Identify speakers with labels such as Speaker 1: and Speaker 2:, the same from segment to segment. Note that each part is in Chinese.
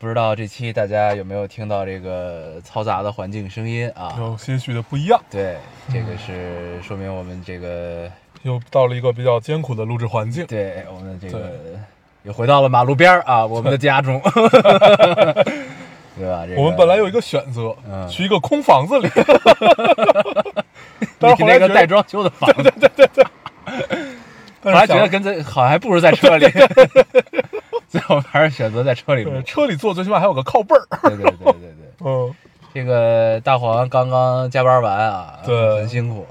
Speaker 1: 不知道这期大家有没有听到这个嘈杂的环境声音啊？
Speaker 2: 有些许的不一样，
Speaker 1: 对，这个是说明我们这个
Speaker 2: 又到了一个比较艰苦的录制环境。
Speaker 1: 对我们的这
Speaker 2: 对
Speaker 1: 个又回到了马路边儿啊，我们的家 中，对吧？这个
Speaker 2: 我们本来有一个选择，
Speaker 1: 嗯
Speaker 2: 去一个空房 子里，但
Speaker 1: 你
Speaker 2: 是后来
Speaker 1: 那个
Speaker 2: 觉
Speaker 1: 带
Speaker 2: 得，
Speaker 1: 装修的房 子，
Speaker 2: 但
Speaker 1: 后来
Speaker 2: 是
Speaker 1: 觉
Speaker 2: 想
Speaker 1: 得跟在好像还不如在车 里， 所以我们还是选择在车里录
Speaker 2: 对。车里坐最起码还有个靠背儿。
Speaker 1: 对对对对对。
Speaker 2: 嗯，
Speaker 1: 这个大黄刚刚加班完啊，
Speaker 2: 对
Speaker 1: 很辛苦。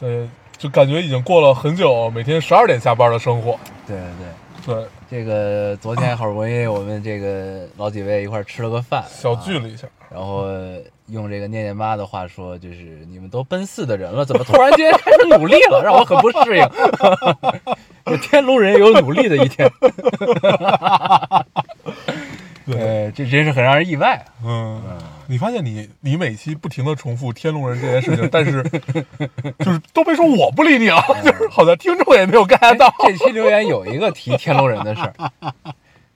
Speaker 2: 对，就感觉已经过了很久，每天十二点下班的生活。
Speaker 1: 对对对，
Speaker 2: 对，
Speaker 1: 这个昨天好不容易我们这个老几位一块儿吃了个饭，
Speaker 2: 小
Speaker 1: 啊
Speaker 2: 聚了一下，
Speaker 1: 然后用这个念念妈的话说，就是你们都奔四的人了，怎么突然间开始努力 了？让我很不适应。这天龙人也有努力的一天，
Speaker 2: 对，
Speaker 1: 呃，这真是很让人意外啊。
Speaker 2: 嗯，你发现你你每期不停的重复天龙人这件事情，但是就是都别说我不理你啊， 就是好像听众也没有 get 到。
Speaker 1: 哎这期留言有一个提天龙人的事儿，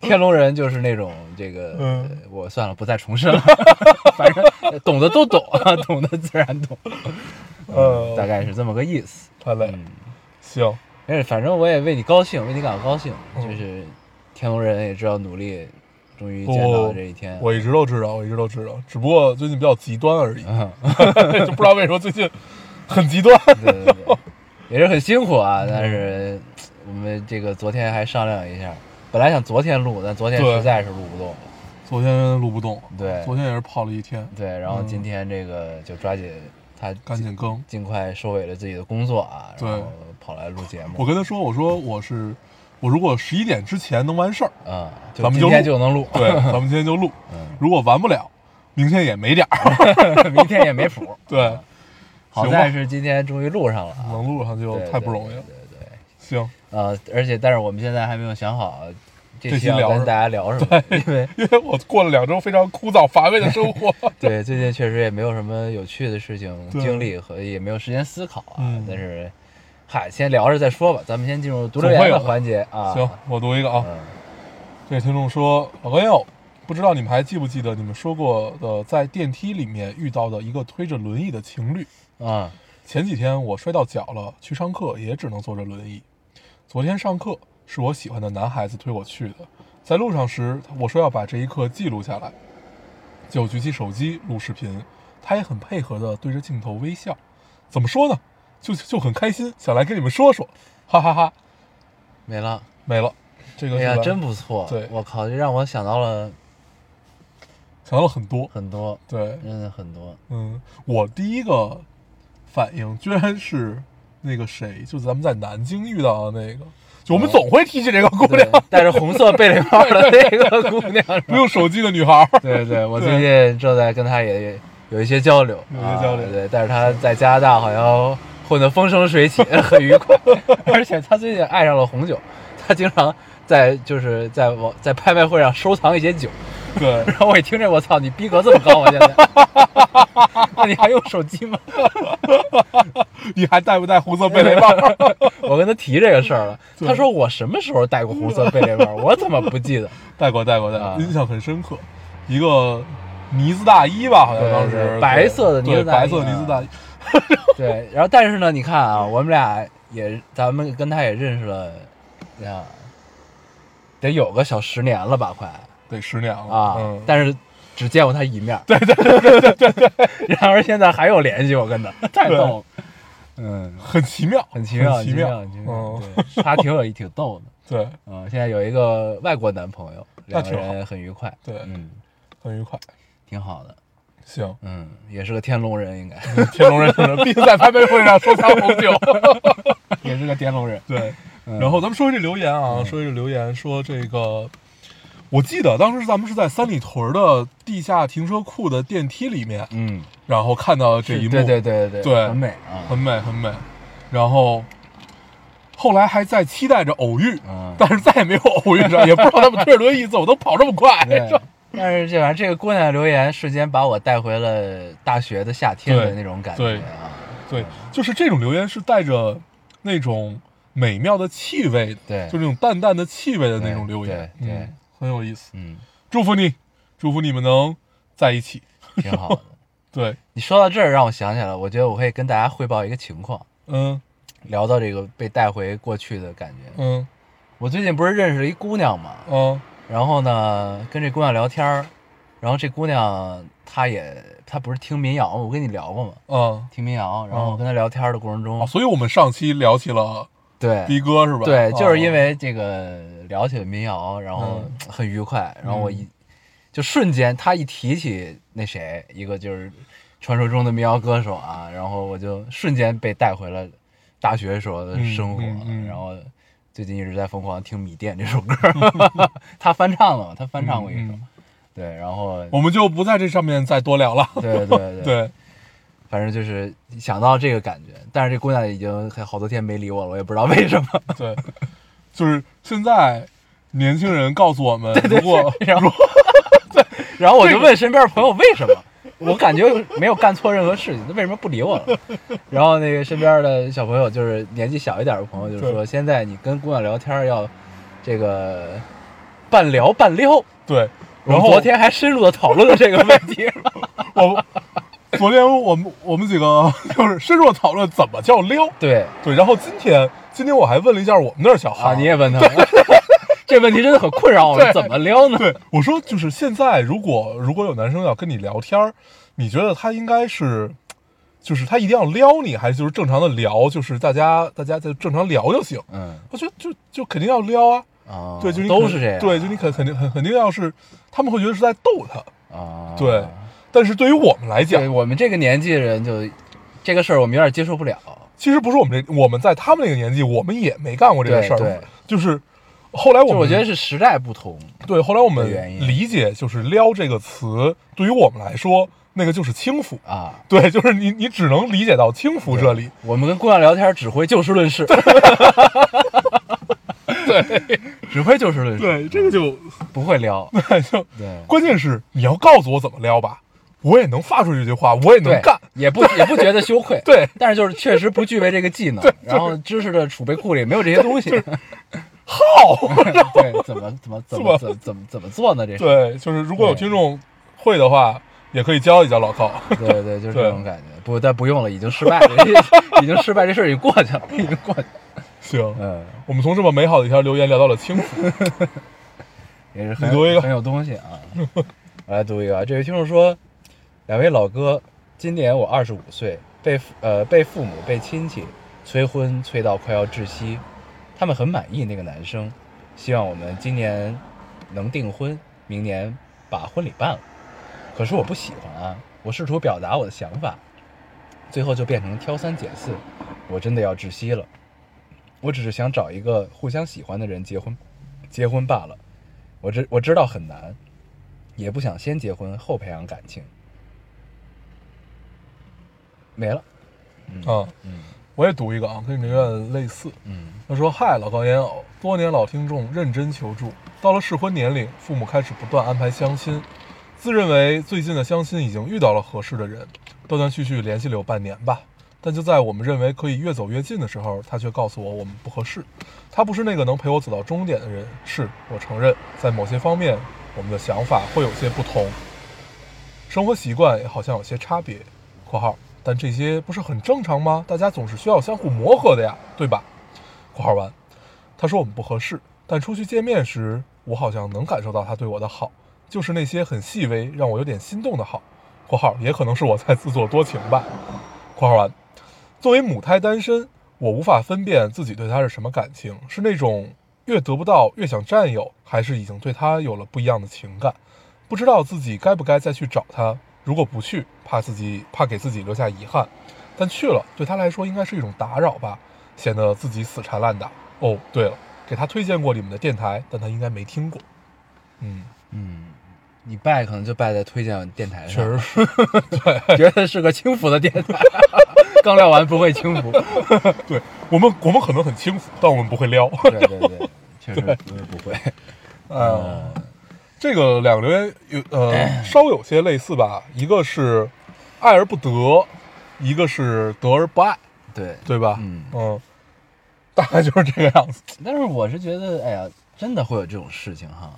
Speaker 1: 天龙人就是那种这个，
Speaker 2: 嗯
Speaker 1: 呃我算了，不再重申了， 反正懂的都懂， 懂的自然懂，
Speaker 2: 呃，
Speaker 1: 大概是这么个意思。
Speaker 2: 太累了。
Speaker 1: 嗯，
Speaker 2: 行，
Speaker 1: 但是反正我也为你高兴，为你感到高兴，
Speaker 2: 嗯
Speaker 1: 就是天龙人也知道努力，终于见到了这一天。
Speaker 2: 哦我一直都知道，我一直都知道，只不过最近比较极端而已，
Speaker 1: 嗯，
Speaker 2: 就不知道为什么最近很极端。
Speaker 1: 对对对，也是很辛苦啊，但是我们这个昨天还商量一下。本来想昨天录，但昨天
Speaker 2: 对
Speaker 1: 实在是录不动了。
Speaker 2: 昨天录不动，
Speaker 1: 对，
Speaker 2: 昨天也是跑了一天，
Speaker 1: 对，然后今天这个就抓紧他
Speaker 2: 嗯赶紧更。
Speaker 1: 尽快收尾了自己的工作啊，然
Speaker 2: 对
Speaker 1: 后跑来录节
Speaker 2: 我
Speaker 1: 目，
Speaker 2: 跟他说，我说我是我如果十一点之前能完事儿，
Speaker 1: 嗯，就
Speaker 2: 咱们
Speaker 1: 今
Speaker 2: 就
Speaker 1: 天
Speaker 2: 录
Speaker 1: 就能录，
Speaker 2: 对，咱们今天就录。
Speaker 1: 嗯
Speaker 2: 如果完不了，明天也没点儿，
Speaker 1: 明天也没 谱。
Speaker 2: 对，
Speaker 1: 好
Speaker 2: 行吧
Speaker 1: 在是今天终于录上了啊，
Speaker 2: 能录上就
Speaker 1: 对
Speaker 2: 太不容易了。
Speaker 1: 对对对对，
Speaker 2: 行，
Speaker 1: 呃，而且但是我们现在还没有想好这
Speaker 2: 这
Speaker 1: 期
Speaker 2: 期
Speaker 1: 要
Speaker 2: 聊
Speaker 1: 跟
Speaker 2: 什么
Speaker 1: 大家聊什么，因为
Speaker 2: 因为我过了两周非常枯燥乏味的生 活。
Speaker 1: 对最近确实也没有什么有趣的事情
Speaker 2: 对
Speaker 1: 经历和也没有时间思考啊
Speaker 2: 嗯，
Speaker 1: 但是嗨，先聊着再说吧，咱们先进入读留
Speaker 2: 总
Speaker 1: 言
Speaker 2: 会
Speaker 1: 的
Speaker 2: 有的
Speaker 1: 环节啊。
Speaker 2: 行，我读一个啊。
Speaker 1: 嗯，
Speaker 2: 这位听众说：“老朋友，不知道你们还记不记得你们说过的在电梯里面遇到的一个推着轮椅的情侣？
Speaker 1: 啊，
Speaker 2: 前几天我摔到脚了，去上课也只能坐着轮椅。昨天上课是我喜欢的男孩子推我去的，在路上时我说要把这一刻记录下来，就举起手机录视频，他也很配合的对着镜头微笑。怎么说呢？就就很开心，想来跟你们说说，哈哈哈
Speaker 1: 没了。
Speaker 2: 没了。这个
Speaker 1: 哎
Speaker 2: 是
Speaker 1: 呀，
Speaker 2: 吧
Speaker 1: 真不错！
Speaker 2: 对
Speaker 1: 我靠，这让我想到了
Speaker 2: 想到了很多，
Speaker 1: 很多，
Speaker 2: 对。”
Speaker 1: 真的很多。
Speaker 2: 嗯，我第一个反应居然是那个谁，就咱们在南京遇到的那个，就我们总会提起这个姑
Speaker 1: 哦对
Speaker 2: 娘，，
Speaker 1: 带着红色贝雷帽的那个姑娘。
Speaker 2: 不用手机的女孩儿。
Speaker 1: 对对，我最
Speaker 2: 对
Speaker 1: 近正在跟她也有一些交流，
Speaker 2: 有一些交流
Speaker 1: 啊对，但是她在加拿大好像混得风生水起， 很愉 快。而且她最近爱上了红酒，她经常在就是在网在拍卖会上收藏一些酒。
Speaker 2: 对，
Speaker 1: 然后我一听这，我操，你逼格这么高啊！现在， 那你还用手机吗？
Speaker 2: 你还戴不戴红色 贝雷帽儿？
Speaker 1: 我跟他提这个事儿了，
Speaker 2: 对
Speaker 1: 他说我什么时候戴过红色贝雷帽？ 我怎么不 记得？
Speaker 2: 戴过，戴过，戴
Speaker 1: 啊
Speaker 2: 过，印象很深刻。一个呢子大衣吧，好像
Speaker 1: 对
Speaker 2: 当
Speaker 1: 对
Speaker 2: 时
Speaker 1: 白色的呢子
Speaker 2: 对
Speaker 1: 大衣
Speaker 2: 白色的呢子大衣，
Speaker 1: 对，然后但是呢，你看啊，我们俩也，咱们跟他也认识了，啊，得有个小十年了吧，快
Speaker 2: 得十年了
Speaker 1: 啊，
Speaker 2: 嗯，
Speaker 1: 但是只见过他一面。对对对对对。 然而现在还有联系，我跟他太
Speaker 2: 对
Speaker 1: 逗了，嗯，
Speaker 2: 很奇妙，
Speaker 1: 很奇
Speaker 2: 奇
Speaker 1: 妙，很
Speaker 2: 奇
Speaker 1: 妙，
Speaker 2: 妙
Speaker 1: 很奇，妙
Speaker 2: 嗯，
Speaker 1: 对，他挺有意，挺逗的。
Speaker 2: 对，
Speaker 1: 嗯，现在有一个外国男朋友，
Speaker 2: 那
Speaker 1: 两个
Speaker 2: 挺好
Speaker 1: 人很愉快，
Speaker 2: 对
Speaker 1: 嗯，
Speaker 2: 很愉快。
Speaker 1: 挺好的，
Speaker 2: 行，
Speaker 1: 嗯，也是个天龙人，应该
Speaker 2: 天龙人必须在拍卖会上收藏红酒。
Speaker 1: 也是个天龙人。
Speaker 2: 对，
Speaker 1: 嗯
Speaker 2: 然后咱们说回这留言啊，说回这留言，说这个我记得当时咱们是在三里屯的地下停车库的电梯里面，
Speaker 3: 嗯，
Speaker 2: 然后看到了这一
Speaker 1: 是
Speaker 2: 幕，
Speaker 1: 对对对对
Speaker 2: 对
Speaker 1: 很美啊，
Speaker 2: 很美很美。然后后来还在期待着偶遇，
Speaker 3: 嗯
Speaker 2: 但是再也没有偶遇上，也不知道他们推着轮椅怎么都跑这么快。
Speaker 1: 对。但是这玩意儿，这个姑娘的留言瞬间把我带回了大学的夏天的那种感觉
Speaker 2: 对
Speaker 1: 啊！
Speaker 2: 对，就是这种留言是带着那种美妙的气味的，
Speaker 1: 对
Speaker 2: 就那种淡淡的气味的
Speaker 1: 对
Speaker 2: 那种留言，
Speaker 1: 对对
Speaker 2: 嗯很有意思。
Speaker 3: 嗯，
Speaker 2: 祝福你，祝福你们能在一起。
Speaker 1: 挺好的。
Speaker 2: 对，
Speaker 1: 你说到这儿，让我想起来了，我觉得我可以跟大家汇报一个情况，
Speaker 2: 嗯
Speaker 1: 聊到这个被带回过去的感觉。
Speaker 2: 嗯
Speaker 1: 我最近不是认识了一姑娘嘛，
Speaker 2: 嗯
Speaker 1: 然后呢，跟这姑娘聊天儿，然后这姑娘她也她不是听民谣吗？我跟你聊过吗？
Speaker 2: 嗯。
Speaker 1: 听民谣，然后我
Speaker 2: 嗯
Speaker 1: 跟她聊天的过程中，
Speaker 2: 啊，所以我们上期聊起了
Speaker 1: 对
Speaker 2: 逼哥哦是吧？
Speaker 1: 对，就是因
Speaker 2: 啊
Speaker 1: 为这个聊起了民谣，然后
Speaker 2: 嗯
Speaker 1: 很愉快，然后我一就瞬间她一提起那谁，一个就是传说中的民谣歌手啊，然后我就瞬间被带回了大学时候的生活，啊
Speaker 2: 嗯嗯嗯
Speaker 1: 然后。最近一直在疯狂听《米店》这首歌， 他翻唱了嘛？他翻唱过一首，
Speaker 2: 嗯
Speaker 1: 对，然 后
Speaker 2: 我们就不在这上面再多聊了。
Speaker 1: 对对
Speaker 2: 对，
Speaker 1: 反正就是想到这个感觉，但是这姑娘已经还好多天没理我了，我也不知道为什么。
Speaker 2: 对，就是现在年轻人告诉我们，如果
Speaker 1: 然 后，然后我就问身边朋友为什么，我感觉没有干错任何事情，她为什么不理我了？然后那个身边的小朋友，就是年纪小一点的朋友，就是说现在你跟姑娘聊天要这个半聊半撩。
Speaker 2: 对，
Speaker 1: 我
Speaker 2: 然
Speaker 1: 们
Speaker 2: 后
Speaker 1: 昨天还深入的讨论了这个问题，
Speaker 2: 我昨天我们我们几个就是深入讨论怎么叫撩，
Speaker 1: 对
Speaker 2: 对，然后今天今天我还问了一下我们那儿小孩
Speaker 1: 啊，
Speaker 2: 儿，
Speaker 1: 你也问他了， 这问题真的很困扰我们，
Speaker 2: 对
Speaker 1: 怎么撩呢？
Speaker 2: 对我说就是现在如果如果有男生要跟你聊天儿，你觉得他应该是就是他一定要撩你，还是就是正常的聊，就是大家大家就正常聊就行？
Speaker 1: 嗯
Speaker 2: 我觉得就就肯定要撩啊，
Speaker 1: 啊，
Speaker 2: 对，就你
Speaker 1: 都
Speaker 2: 肯
Speaker 1: 是这样，
Speaker 2: 对，就你肯肯定很肯定要是他们会觉得是在逗他，
Speaker 1: 啊，
Speaker 2: 对，但是对于我们来讲
Speaker 1: 对，我们这个年纪的人就这个事儿，我们有点接受不了。
Speaker 2: 其实不是我们这，我们在他们那个年纪，我们也没干过这个
Speaker 1: 对
Speaker 2: 事
Speaker 1: 对
Speaker 2: 儿。就是后来我
Speaker 1: 就
Speaker 2: 们，
Speaker 1: 我觉得是时代不同，
Speaker 2: 对，后来我
Speaker 1: 的原因
Speaker 2: 们理解就是“撩”这个词，对于我们来说，那个就是轻浮。
Speaker 1: 啊。
Speaker 2: 对，就是你，你只能理解到轻浮这里。
Speaker 1: 我们跟姑娘聊天只会就事论事，对， 只会就事论事，
Speaker 2: 对，这个就
Speaker 1: 不会撩。
Speaker 2: 对，就
Speaker 1: 对
Speaker 2: 关键是你要告诉我怎么撩吧，我也能发出这句话，我也能
Speaker 1: 对
Speaker 2: 干。，
Speaker 1: 也不也不觉得羞愧，
Speaker 2: 对
Speaker 1: 但是就是确实不具备这个技能，然后知识的储备库里没有这些东西，
Speaker 2: 好，
Speaker 1: 对，怎么怎么怎么
Speaker 2: 怎
Speaker 1: 怎么怎么怎么做呢？这是
Speaker 2: 对，就是如果有
Speaker 1: 对
Speaker 2: 听众会的话，也可以教一教老高。
Speaker 1: 对对，就是这
Speaker 2: 对
Speaker 1: 种感觉。不，但不用了，已经失败了，已经失败，这事儿已经过去了，已经过去了。
Speaker 2: 行，
Speaker 1: 嗯，
Speaker 2: 我们从这么美好的一条留言聊到了轻浮。
Speaker 1: 也是
Speaker 2: 你读一
Speaker 1: 很
Speaker 2: 个
Speaker 1: 很有东西 啊。我来读一个啊，这位听众说，两位老哥，今年我二十五岁，被父呃被父母被亲戚催婚催到快要窒息，他们很满意那个男生，希望我们今年能订婚，明年把婚礼办了。可是我不喜欢啊，我试图表达我的想法，最后就变成挑三拣四，我真的要窒息了。我只是想找一个互相喜欢的人结婚，结婚罢了。我知我知道很难，也不想先结婚后培养感情。没了，
Speaker 2: 啊，
Speaker 1: 嗯
Speaker 2: 我也读一个啊，跟你这个类似。
Speaker 1: 嗯
Speaker 2: 他说：“嗨，老高烟偶，多年老听众，认真求助。到了适婚年龄，父母开始不断安排相亲，自认为最近的相亲已经遇到了合适的人，断断续续联系了有半年吧。但就在我们认为可以越走越近的时候，他却告诉我我们不合适。他不是那个能陪我走到终点的人。是我承认，在某些方面，我们的想法会有些不同，生活习惯也好像有些差别。（括号）但这些不是很正常吗？大家总是需要相互磨合的呀，对吧？（括号完）他说我们不合适，但出去见面时，我好像能感受到他对我的好，就是那些很细微让我有点心动的好。（括号也可能是我在自作多情吧。）（括号完）作为母胎单身，我无法分辨自己对他是什么感情，是那种越得不到越想占有，还是已经对他有了不一样的情感？不知道自己该不该再去找他。如果不去，怕自己怕给自己留下遗憾，但去了对他来说应该是一种打扰吧，显得自己死缠烂打。哦，对了，给他推荐过你们的电台，但他应该没听过。嗯，
Speaker 1: 嗯，你败可能就败在推荐电台
Speaker 2: 确
Speaker 1: 上，
Speaker 2: 实是，
Speaker 1: 觉得是个轻浮的电台。 刚聊完不会轻浮，
Speaker 2: 对我们我们可能很轻浮，但我们不会撩。
Speaker 1: 对对对，确实不会不会。
Speaker 2: 呃，
Speaker 1: 嗯
Speaker 2: 这个两个留言有 呃稍有些类似吧，一个是爱而不得，一个是得而不爱，
Speaker 1: 对，
Speaker 2: 对吧？
Speaker 1: 嗯
Speaker 2: 大概就是这个样子。
Speaker 1: 但是我是觉得，哎呀，真的会有这种事情哈，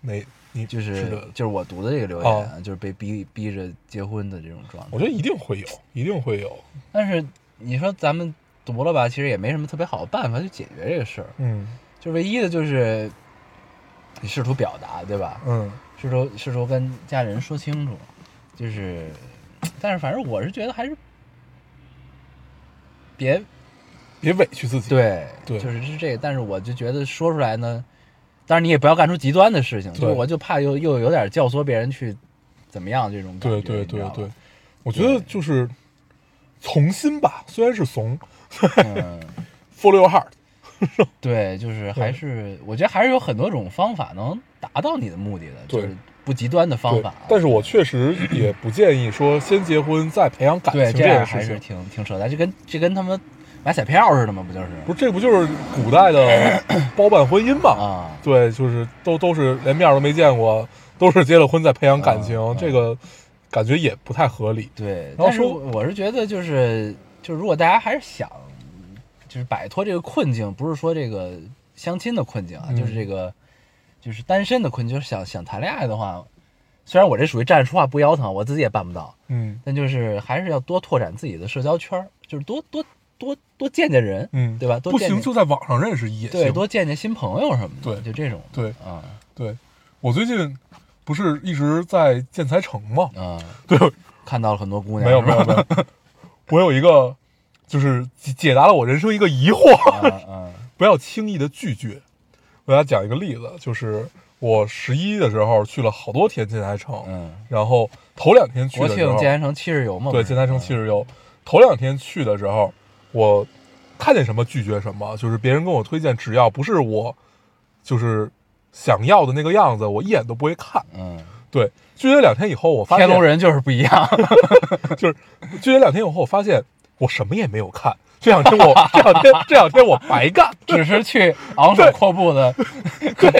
Speaker 2: 没，你
Speaker 1: 就是是
Speaker 2: 的，
Speaker 1: 就是我读的这个留言啊，就是被逼逼着结婚的这种状态
Speaker 2: 我。觉得一定会有，一定会有。
Speaker 1: 但是你说咱们读了吧，其实也没什么特别好的办法去解决这个事儿，
Speaker 2: 嗯
Speaker 1: 就唯一的就是你试图表达，对吧？
Speaker 2: 嗯
Speaker 1: 试图试图跟家里人说清楚，就是，但是反正我是觉得还是别
Speaker 2: 别委屈自己。，
Speaker 1: 对
Speaker 2: 对
Speaker 1: 就是是这个，但是我就觉得说出来呢，当然你也不要干出极端的事情，
Speaker 2: 对
Speaker 1: 就是我就怕又又有点教唆别人去怎么样这种感
Speaker 2: 对
Speaker 1: 觉，
Speaker 2: 对
Speaker 1: 你知
Speaker 2: 对
Speaker 1: 道吧
Speaker 2: 对，，我觉得就是从心吧，虽然是怂
Speaker 1: 嗯，
Speaker 2: ，follow your heart。
Speaker 1: 对，就是还是我觉得还是有很多种方法能达到你的目的的，
Speaker 2: 对
Speaker 1: 就是不极端的方
Speaker 2: 对
Speaker 1: 法，，啊
Speaker 2: 但是我确实也不建议说先结婚再培养感
Speaker 1: 对
Speaker 2: 情
Speaker 1: 这
Speaker 2: 件
Speaker 1: 样
Speaker 2: 事
Speaker 1: 还
Speaker 2: 情
Speaker 1: 是。挺挺扯淡，这跟这跟他们买彩票似的嘛，不就是
Speaker 2: 不是，这不就是古 代的包办婚姻吗？
Speaker 1: 啊？
Speaker 2: 对，就是都都是连面儿都没见过，都是结了婚再培养感情，
Speaker 1: 啊啊
Speaker 2: 这个感觉也不太合理。
Speaker 1: 对，
Speaker 2: 后
Speaker 1: 但是
Speaker 2: 说
Speaker 1: 我我是觉得就是就是如果大家还是想就是摆脱这个困境，不是说这个相亲的困境啊，
Speaker 2: 嗯
Speaker 1: 就是这个就是单身的困境，就是想想谈恋爱的话，虽然我这属于站着说话不腰疼，我自己也办不到，
Speaker 2: 嗯
Speaker 1: 但就是还是要多拓展自己的社交圈儿，就是多多多多见见人，
Speaker 2: 嗯，
Speaker 1: 对吧？多
Speaker 2: 不
Speaker 1: 见
Speaker 2: 行
Speaker 1: 见
Speaker 2: 就在网上认识也
Speaker 1: 对，
Speaker 2: 行。
Speaker 1: 多见见新朋友什么的，
Speaker 2: 对
Speaker 1: 就这种，
Speaker 2: 对
Speaker 1: 啊
Speaker 2: 对我最近不是一直在建材城吗？
Speaker 1: 啊，
Speaker 2: 对，
Speaker 1: 看到了很多姑娘，
Speaker 2: 没有
Speaker 1: 是
Speaker 2: 没
Speaker 1: 吧
Speaker 2: 有没有，我有一个就是解解答了我人生一个疑惑。
Speaker 1: 啊
Speaker 2: 不要轻易的拒绝。我给大家讲一个例子，就是我十一的时候去了好多天建材城，
Speaker 1: 啊嗯，
Speaker 2: 然后头两天 去
Speaker 1: 国
Speaker 2: 的时
Speaker 1: 庆
Speaker 2: 候，
Speaker 1: 建材城七日游嘛，
Speaker 2: 对
Speaker 1: 不是
Speaker 2: 建材城七日游，头两天去的时候，我看见什么拒绝什么，就是别人跟我推荐，只要不是我就是想要的那个样子，我一眼都不会看。
Speaker 1: 嗯。
Speaker 2: 对，拒绝两天以后，我发现
Speaker 1: 天龙人就是不一样，
Speaker 2: 就是拒绝两天以后，我发现我什么也没有看。这两天我这两天这两天我白干，
Speaker 1: 只是去昂首阔步 的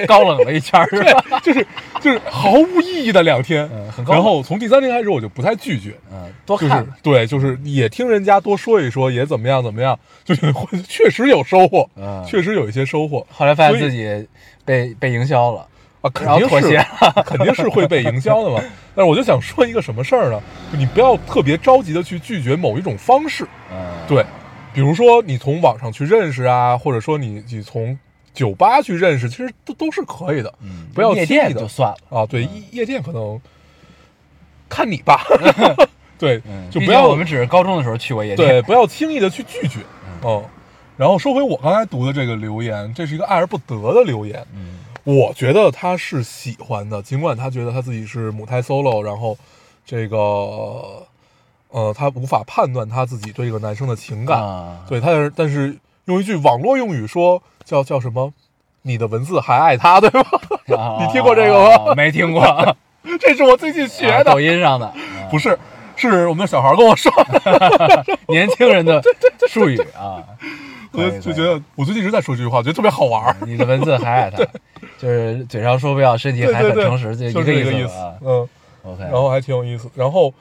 Speaker 1: 高冷了一圈儿，是吧？
Speaker 2: 对，就是就是毫无意义的两天，
Speaker 1: 嗯很高
Speaker 2: 然后从第三天开始我就不太拒绝，
Speaker 1: 嗯，多
Speaker 2: 就
Speaker 1: 看
Speaker 2: 是
Speaker 1: 看，
Speaker 2: 对，就是也听人家多说一说，也怎么样怎么样，就觉得 会确实有收获，
Speaker 1: 嗯
Speaker 2: 确实有一些收获
Speaker 1: 后来发现
Speaker 2: 所以
Speaker 1: 自己被被营销了，
Speaker 2: 啊，肯
Speaker 1: 然后
Speaker 2: 定
Speaker 1: 妥协
Speaker 2: 是肯定是会被营销 的嘛。但是我就想说一个什么事儿呢？就你不要特别着急的去拒绝某一种方式，
Speaker 1: 嗯，
Speaker 2: 对，比如说你从网上去认识啊，或者说你你从酒吧去认识，其实都都是可以的，
Speaker 1: 嗯，
Speaker 2: 不要
Speaker 1: 夜
Speaker 2: 轻易
Speaker 1: 店
Speaker 2: 地
Speaker 1: 就算了，
Speaker 2: 啊，对，夜夜店可能看你 吧， 对，
Speaker 1: 嗯，
Speaker 2: 就
Speaker 1: 毕
Speaker 2: 不
Speaker 1: 竟
Speaker 2: 要
Speaker 1: 我们只是高中的时候去过夜店，
Speaker 2: 对，不要轻易的去拒绝，嗯。然后说回我刚才读的这个留言，这是一个爱而不得的留言，
Speaker 1: 嗯
Speaker 2: 我觉得他是喜欢的，尽管他觉得他自己是母胎 solo，然后这个呃，他无法判断他自己对这个男生的情感，
Speaker 1: 啊，
Speaker 2: 对，但是但是用一句网络用语说叫叫什么？你的文字还爱他，对吧？
Speaker 1: 啊
Speaker 2: 你听过这个吗
Speaker 1: 啊没听过，啊
Speaker 2: 这是我最近 学的，
Speaker 1: 抖音 上的，啊
Speaker 2: 不是，是我们的小孩跟我说，
Speaker 1: 年轻人的 术语啊，
Speaker 2: 我
Speaker 1: 可以
Speaker 2: 就觉得我最近一直在说这句话，我觉得特别好玩儿。
Speaker 1: 哎你的文字还 爱他，就是嘴上说不要，身体
Speaker 2: 对
Speaker 1: 还
Speaker 2: 对
Speaker 1: 很
Speaker 2: 对，
Speaker 1: 诚实，
Speaker 2: 就
Speaker 1: 一
Speaker 2: 是这个
Speaker 1: 意
Speaker 2: 意
Speaker 1: 思啊
Speaker 2: 思。嗯，
Speaker 1: ，OK，
Speaker 2: 然后还挺有意思。然后，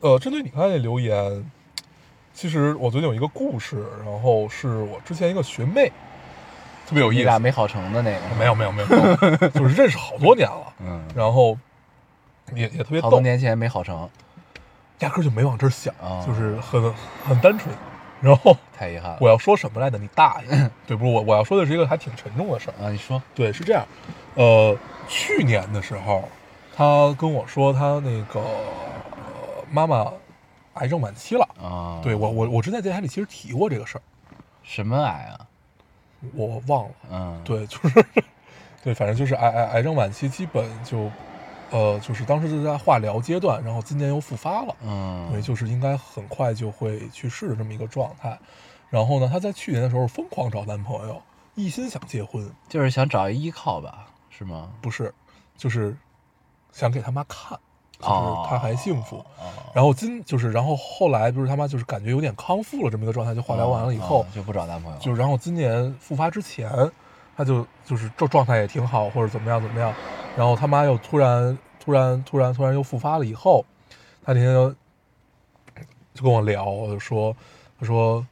Speaker 2: 呃，针对你刚才那留言，其实我最近有一个故事，然后是我之前一个学妹，特别有
Speaker 1: 你
Speaker 2: 意
Speaker 1: 俩
Speaker 2: 思。
Speaker 1: 没好成的那个，
Speaker 2: 没有没有没有，就是认识好多年了，
Speaker 1: 嗯，
Speaker 2: 然后也也特别
Speaker 1: 好多
Speaker 2: 逗，
Speaker 1: 年前没好成，
Speaker 2: 压根儿就没往这儿想
Speaker 1: 啊，
Speaker 2: 就是很很单纯。然后
Speaker 1: 太遗憾了。
Speaker 2: 我要说什么来着？你大 爷！对，不是我，我要说的是一个还挺沉重的事儿。
Speaker 1: 啊，你说，
Speaker 2: 对，是这样，呃，去年的时候，他跟我说他那个、呃妈妈癌症晚期了。
Speaker 1: 啊，
Speaker 2: 对，我，我我之前在电台里其实提过这个事儿，
Speaker 1: 什么癌啊？
Speaker 2: 我忘了。
Speaker 1: 嗯，，
Speaker 2: 对，就是， 对，反正就是癌癌癌症晚期，基本就，呃，就是当时就在化疗阶段，然后今年又复发了。
Speaker 1: 嗯，
Speaker 2: 对，就是应该很快就会去世的这么一个状态。然后呢，她在去年的时候疯狂找男朋友，一心想结婚，
Speaker 1: 就是想找一依靠吧，是吗？
Speaker 2: 不是，就是想给他妈看，就是他还幸福。
Speaker 1: 啊
Speaker 2: 然后今就是，然后后来不是他妈就是感觉有点康复了这么一个状态，就化疗完了以后
Speaker 1: 啊，就不找男朋友，
Speaker 2: 就是然后今年复发之前，他就就是这状态也挺好，或者怎么样怎么样，然后他妈又突然突然突然突然又复发了以后，他那天就就跟我聊，我就说，他说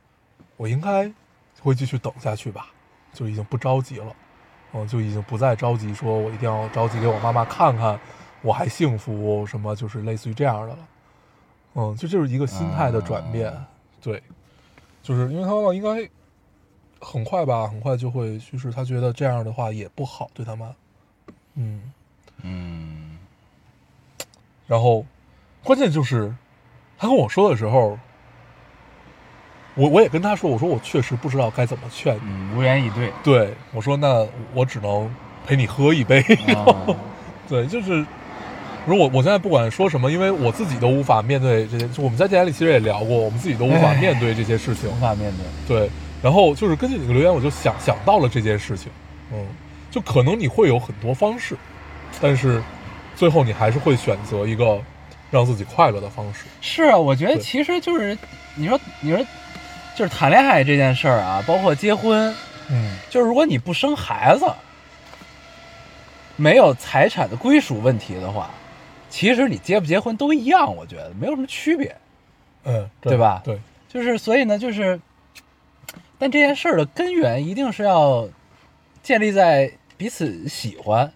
Speaker 2: 我应该会继续等下去吧，就已经不着急了，嗯，就已经不再着急说我一定要着急给我妈妈看看我还幸福什么，就是类似于这样的了，嗯，这就是一个心态的转变，
Speaker 1: 啊
Speaker 2: 对，就是因为他妈妈应该很快吧，很快就会去世，他觉得这样的话也不好对他妈，嗯。
Speaker 1: 嗯，
Speaker 2: 然后，关键就是，他跟我说的时候，我我也跟他说，我说我确实不知道该怎么劝你。
Speaker 1: 嗯，无言以 对。
Speaker 2: 对，我说那我只能陪你喝一杯。
Speaker 1: 啊
Speaker 2: 对，就是，如果我现在不管说什么，因为我自己都无法面对这些，就我们在电台里其实也聊过，我们自己都无法
Speaker 1: 哎
Speaker 2: 面对这些事情
Speaker 1: 无。法面对，
Speaker 2: 对，然后就是根据你的留言，我就想想到了这件事情，嗯，就可能你会有很多方式，但是最后你还是会选择一个让自己快乐的方式。
Speaker 1: 是啊，我觉得
Speaker 2: 对
Speaker 1: 其实就是你说你说就是谈恋爱这件事儿啊，包括结婚，
Speaker 2: 嗯
Speaker 1: 就是如果你不生孩子，没有财产的归属问题的话，其实你结不结婚都一样，我觉得没有什么区别。
Speaker 2: 嗯，
Speaker 1: 对吧
Speaker 2: 对，
Speaker 1: 就是所以呢，就是，但这件事儿的根源一定是要建立在彼此喜欢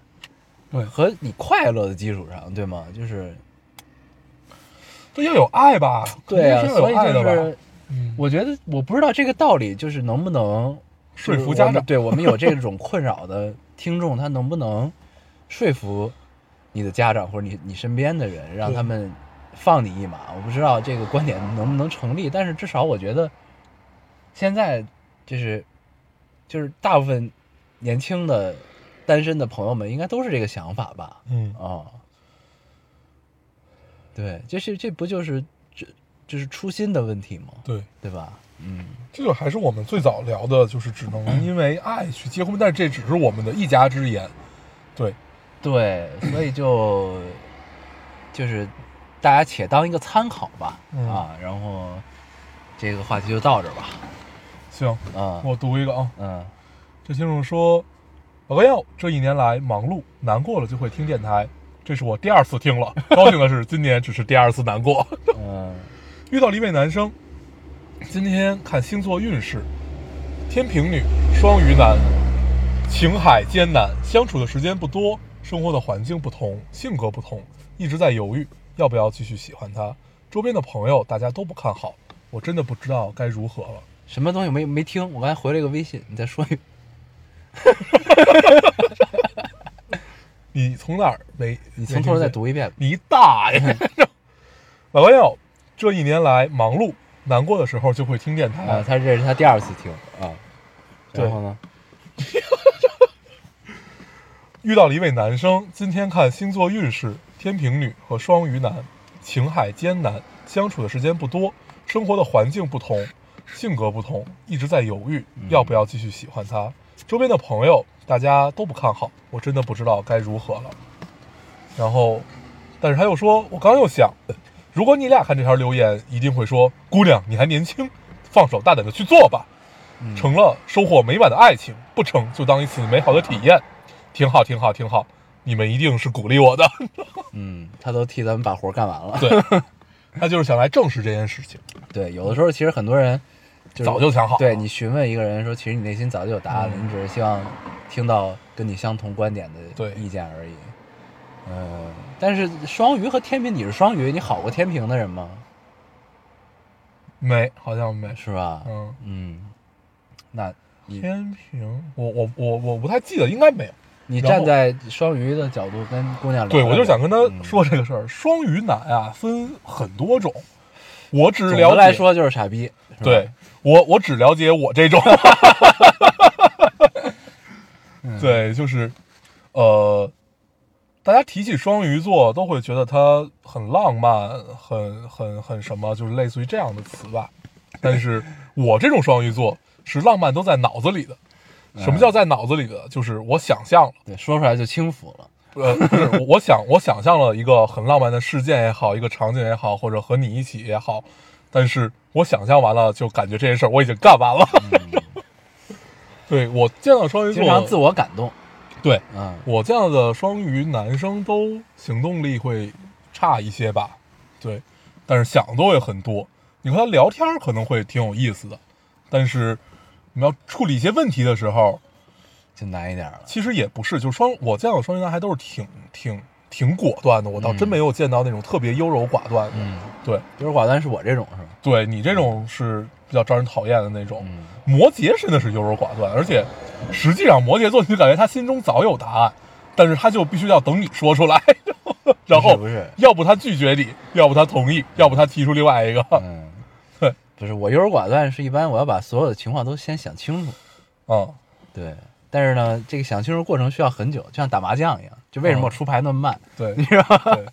Speaker 2: 对
Speaker 1: 和你快乐的基础上，对吗？就是
Speaker 2: 这要有爱吧？
Speaker 1: 对啊，
Speaker 2: 肯定是要
Speaker 1: 所以
Speaker 2: 有爱的
Speaker 1: 就
Speaker 2: 吧？
Speaker 1: 是
Speaker 2: 嗯，
Speaker 1: 我觉得我不知道这个道理就是能不能
Speaker 2: 说
Speaker 1: 就是
Speaker 2: 服
Speaker 1: 我
Speaker 2: 家
Speaker 1: 们
Speaker 2: 长。
Speaker 1: 对我们有这种困扰的听众，他能不能说服你的家长或者你你身边的人，让
Speaker 2: 对
Speaker 1: 他们放你一马？我不知道这个观点能不能成立，但是至少我觉得现在就是就是大部分年轻的单身的朋友们应该都是这个想法吧？
Speaker 2: 嗯
Speaker 1: 啊、对，就是这不就是这这是初心的问题吗？
Speaker 2: 对，
Speaker 1: 对吧？嗯，
Speaker 2: 这个还是我们最早聊的，就是只能因为爱去结婚，但是这只是我们的一家之言。对，
Speaker 1: 对，所以就 就是大家且当一个参考吧，
Speaker 2: 嗯
Speaker 1: 啊，然后这个话题就到这儿吧，
Speaker 2: 行，
Speaker 1: 啊，
Speaker 2: 我读一个啊。
Speaker 1: 嗯，
Speaker 2: 这听众说：“老高要这一年来忙碌，难过了就会听电台，这是我第二次听了。高兴的是，今年只是第二次难过。
Speaker 1: 嗯，
Speaker 2: 遇到了一位男生，今天看星座运势，天平女，双鱼男，情海艰难，相处的时间不多，生活的环境不同，性格不同，一直在犹豫要不要继续喜欢他。周边的朋友大家都不看好，我真的不知道该如何了。”
Speaker 1: 什么东西没没听？我刚才回了一个微信，你再说一遍。
Speaker 2: 你从哪儿没？
Speaker 1: 你从头再读一 遍。
Speaker 2: 你大爷！ 老高要这一年来忙碌、难过的时候就会听电
Speaker 1: 啊，他
Speaker 2: 台，
Speaker 1: 这是他第二次听啊，
Speaker 2: 嗯对
Speaker 1: 然后呢？
Speaker 2: 遇到了一位男生，今天看星座运势，天平女和双鱼男，情海艰难，相处的时间不多，生活的环境不同，性格不同，一直在犹豫要不要继续喜欢他。周边的朋友大家都不看好，我真的不知道该如何了。然后，但是他又说，我刚又想，如果你俩看这条留言，一定会说，姑娘你还年轻，放手大胆的去做吧。成了收获美满的爱情，不成就当一次美好的体验，挺好，挺好，挺好。你们一定是鼓励我的，
Speaker 1: 嗯，他都替咱们把活儿干完了。
Speaker 2: 对，他就是想来证实这件事情。
Speaker 1: 对，有的时候其实很多人就是
Speaker 2: 早就想好了嗯
Speaker 1: 对你询问一个人说，其实你内心早就有答案了，你只是希望听到跟你相同观点的
Speaker 2: 对
Speaker 1: 意见而已。嗯，但是双鱼和天平，你是双鱼，你好过天平的人吗？
Speaker 2: 没，好像没。
Speaker 1: 是吧？
Speaker 2: 嗯，
Speaker 1: 嗯，那你
Speaker 2: 天平，我我我我不太记得，应该没有。
Speaker 1: 你
Speaker 2: 然
Speaker 1: 站
Speaker 2: 后
Speaker 1: 在双鱼的角度跟姑娘聊聊，
Speaker 2: 对，我就是想跟他
Speaker 1: 嗯
Speaker 2: 说这个事儿。双鱼男啊，分很多种，我只
Speaker 1: 总
Speaker 2: 了
Speaker 1: 的
Speaker 2: 解
Speaker 1: 来说就是傻逼。是吧
Speaker 2: 对，我我只了解我这种，
Speaker 1: 嗯
Speaker 2: 对，就是，呃，大家提起双鱼座都会觉得它很浪漫，很很很什么，就是类似于这样的词吧。但是我这种双鱼座是浪漫都
Speaker 1: 嗯
Speaker 2: 在脑子里的。什么叫在脑子里的？就是我想象了，
Speaker 1: 对，说出来就轻浮了。
Speaker 2: 呃，不是，我想我想象了一个很浪漫的事件也好，一个场景也好，或者和你一起也好，但是我想象完了，就感觉这件事儿我已经干完了。 对我见到双鱼座，
Speaker 1: 经常自我感动，
Speaker 2: 对
Speaker 1: 嗯，
Speaker 2: 我见到的双鱼男生都行动力会差一些吧，对，但是想的会很多。你和他聊天儿可能会挺有意思的，但是你要处理一些问题的时候，
Speaker 1: 就难一点了。
Speaker 2: 其实也不是，就双我见到双鱼男孩都是挺挺挺果断的，我倒真没有见到那种特别优柔寡断的。
Speaker 1: 嗯，
Speaker 2: 对，
Speaker 1: 优柔寡断是我这种是吧？
Speaker 2: 对你这种是比较招人讨厌的那种。
Speaker 1: 嗯
Speaker 2: 摩羯真的是优柔寡断，而且实际上摩羯座你就感觉他心中早有答案，但是他就必须要等你说出来， 然后
Speaker 1: 不是不是
Speaker 2: 要不他拒绝你，要不他同意，要不他提出另外一个。
Speaker 1: 嗯，
Speaker 2: 对，
Speaker 1: 不是我优柔寡断是一般我要把所有的情况都先想清楚，
Speaker 2: 嗯，
Speaker 1: 对。但是呢，这个想清楚过程需要很久，就像打麻将一样。就为什么我
Speaker 2: 嗯
Speaker 1: 出牌那么慢？
Speaker 2: 对
Speaker 1: 你，知道吗？
Speaker 2: 对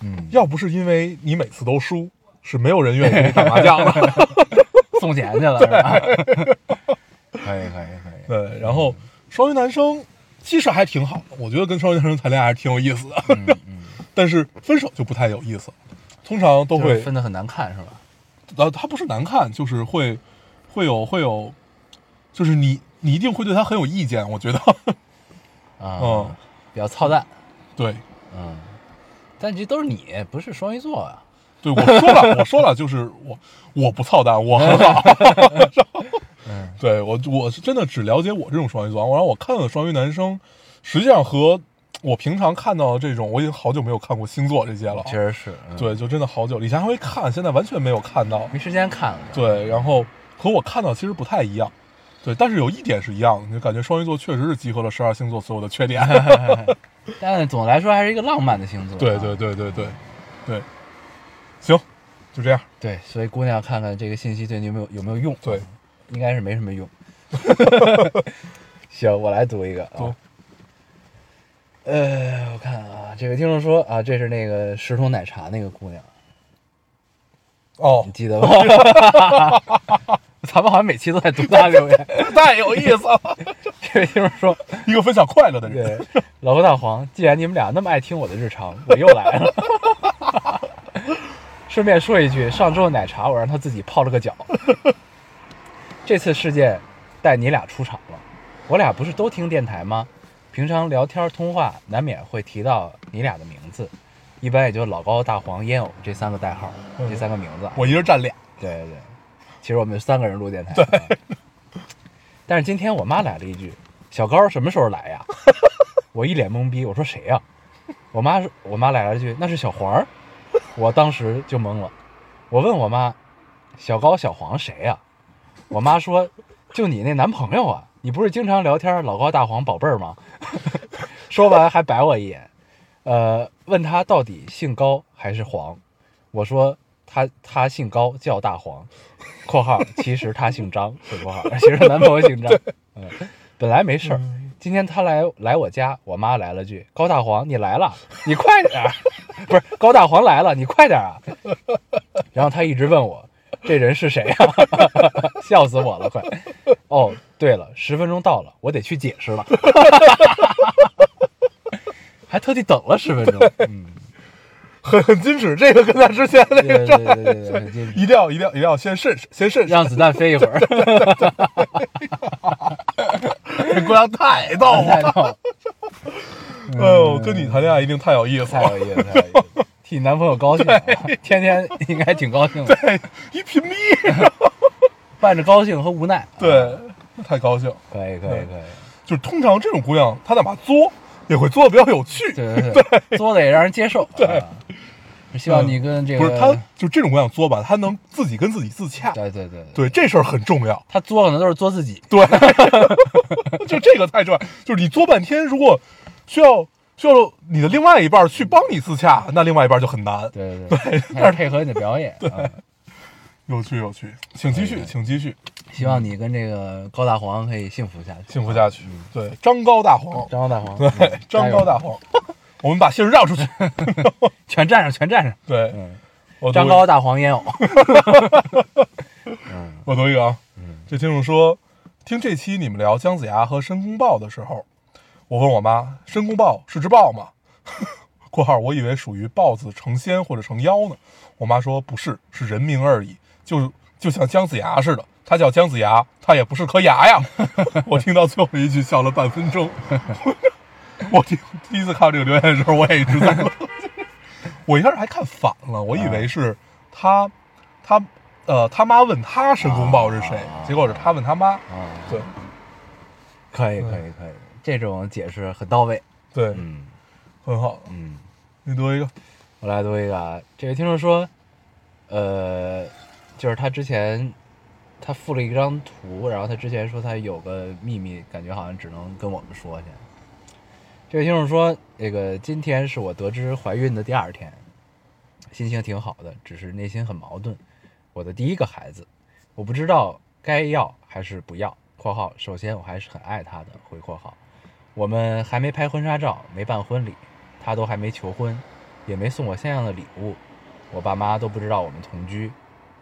Speaker 1: 嗯，
Speaker 2: 要不是因为你每次都输，是没有人愿意跟你打麻将的。
Speaker 1: 送钱去 了是吧？可以可以可以，
Speaker 2: 对，然后双鱼男生其实还挺好的，我觉得跟双鱼男生谈恋爱还是挺有意思的，
Speaker 1: 嗯
Speaker 2: 但是分手就不太有意思了，通常都
Speaker 1: 就是
Speaker 2: 会
Speaker 1: 分的很难看是吧？
Speaker 2: 呃，他不是难看，就是会会有会有，就是你你一定会对他很有意见，我觉得，
Speaker 1: 啊，
Speaker 2: 嗯，
Speaker 1: 比较操蛋，
Speaker 2: 对
Speaker 1: 嗯，但这都是你，不是双鱼座啊，
Speaker 2: 对，我说了我说了，就是我我不操蛋，我很好，
Speaker 1: 嗯
Speaker 2: 对我我是真的只了解我这种双鱼座，然后我看了双鱼男生，实际上和我平常看到的这种，我已经好久没有看过星座这些了，
Speaker 1: 确实是，嗯，
Speaker 2: 哦对，就真的好久，以前还会看，现在完全没有看到，
Speaker 1: 没时间看了，
Speaker 2: 对，然后和我看到其实不太一样，对，但是有一点是一样的，就感觉双鱼座确实是集合了十二星座所有的缺 点。
Speaker 1: 但总的来说还是一个浪漫的星座啊，
Speaker 2: 对对对对对对，行，就这样。
Speaker 1: 对，所以姑娘看看这个信息对你有没有有没有用？嗯
Speaker 2: 对，
Speaker 1: 应该是没什么 用。行，我来读一个
Speaker 2: 读
Speaker 1: 啊。呃，我看啊，这位听众说啊，这是那个石头奶茶那个姑娘，
Speaker 2: 哦
Speaker 1: 你，记 得吗？咱们好像每期都在读她留言。
Speaker 2: 太有意思了，
Speaker 1: 这位听众说，
Speaker 2: 一个分享快乐的人。
Speaker 1: 对，老高大黄，既然你们俩那么爱听我的日常，我又来了。顺便说一句，上周奶茶我让他自己泡了个脚。这次事件带你俩出场了，我俩不是都听电台吗？平常聊天通话难免会提到你俩的名字，一般也就老高、大黄、烟偶这三个代号，
Speaker 2: 嗯
Speaker 1: 这三个名字啊。
Speaker 2: 我一人占俩。
Speaker 1: 对对对，其实我们三个人录电台。对。 但是今天我妈来了一句：“小高什么时候来呀？” 我一脸懵逼，我说谁呀、我妈说，我妈来了一句：“那是小黄儿。”我当时就懵了，我问我妈：“小高、小黄谁呀、我妈说：“就你那男朋友啊，你不是经常聊天老高、大黄、宝贝儿吗？” 说完还白我一眼，呃，问他到底姓高还是黄。我说他他姓高，叫大黄（括号其实他姓张），对括号，其实男朋友姓张。嗯，本来没事儿，今天他来来我家，我妈来了句：“高大黄，你来了，你快点儿！”不是高大黄来了，你快点儿啊！然后他一直问我这人是谁啊，,笑死我了，快！哦，对了，十分钟到了，我得去解释了，还特地等了十分钟。嗯，
Speaker 2: 很很矜持，这个跟他之前那
Speaker 1: 对
Speaker 2: 个
Speaker 1: 对对对对对对，
Speaker 2: 一定要一定要一定要先慎先慎慎，
Speaker 1: 让子弹飞一会儿。
Speaker 2: 这姑娘太逗了。
Speaker 1: 太逗了，
Speaker 2: 哎呦，跟你谈恋爱一定太有意思
Speaker 1: 太
Speaker 2: 了。
Speaker 1: 有意思，太有意思，替男朋友高兴啊，天天应该挺高兴的，
Speaker 2: 哎，一屏 蔽，
Speaker 1: 伴着高兴和无奈。啊
Speaker 2: 对，太高兴。
Speaker 1: 可以可以可以，
Speaker 2: 就是通常这种姑娘，她哪怕作也会作的比较有趣。
Speaker 1: 对 对对，作的也让人接受。对，希望你跟这个
Speaker 2: 不是，她就这种姑娘作吧，她能自己跟自己自洽。
Speaker 1: 对对对，
Speaker 2: 对，这事儿很重要。
Speaker 1: 他作可能都是作自己。
Speaker 2: 对，就这个太重要。就是你作半天，如果需要需要你的另外一半去帮你自洽，那另外一半就很难。
Speaker 1: 对对对，还是配合你的表演。嗯
Speaker 2: 有趣，有趣，请继续，请继续，
Speaker 1: 希望你跟这个高大黄可以幸福下去。
Speaker 2: 幸福下去。对，张高大黄，
Speaker 1: 张高大黄，嗯
Speaker 2: 对，张高大黄， 我们把姓儿绕出去。
Speaker 1: 全站上，全站上。
Speaker 2: 对，
Speaker 1: 嗯，
Speaker 2: 我读
Speaker 1: 张
Speaker 2: 一
Speaker 1: 高大黄烟 偶。
Speaker 2: 我读一嗯个啊，这听众说，听这期你们聊姜子牙和申公豹的时候，我问我妈：“申公豹是只豹吗？” （括号我以为属于豹子成仙或者成妖呢。）我妈说：“不是，是人名而已，就就像姜子牙似的，他叫姜子牙，他也不是颗牙呀。” 我听到最后一句笑了半分钟。 我第第一次看到这个留言的时候，我也一直在乐。 我一开始还看反了，我以为是他，他，呃，他妈问他申公豹是谁，结果是他问他妈。
Speaker 1: 啊，
Speaker 2: 对
Speaker 1: 可以可以可以，这种解释很到位。
Speaker 2: 对，
Speaker 1: 嗯
Speaker 2: 很好。
Speaker 1: 嗯，
Speaker 2: 你读一个，
Speaker 1: 我来读一个啊，这位听众说，呃，就是他之前他附了一张图，然后他之前说他有个秘密，感觉好像只能跟我们说去。这位听众说，那个今天是我得知怀孕的第二天，心情挺好的，只是内心很矛盾。我的第一个孩子，我不知道该要还是不要。（括号首先我还是很爱他的。）回括号，我们还没拍婚纱照，没办婚礼，他都还没求婚，也没送我像样的礼物，我爸妈都不知道我们同居。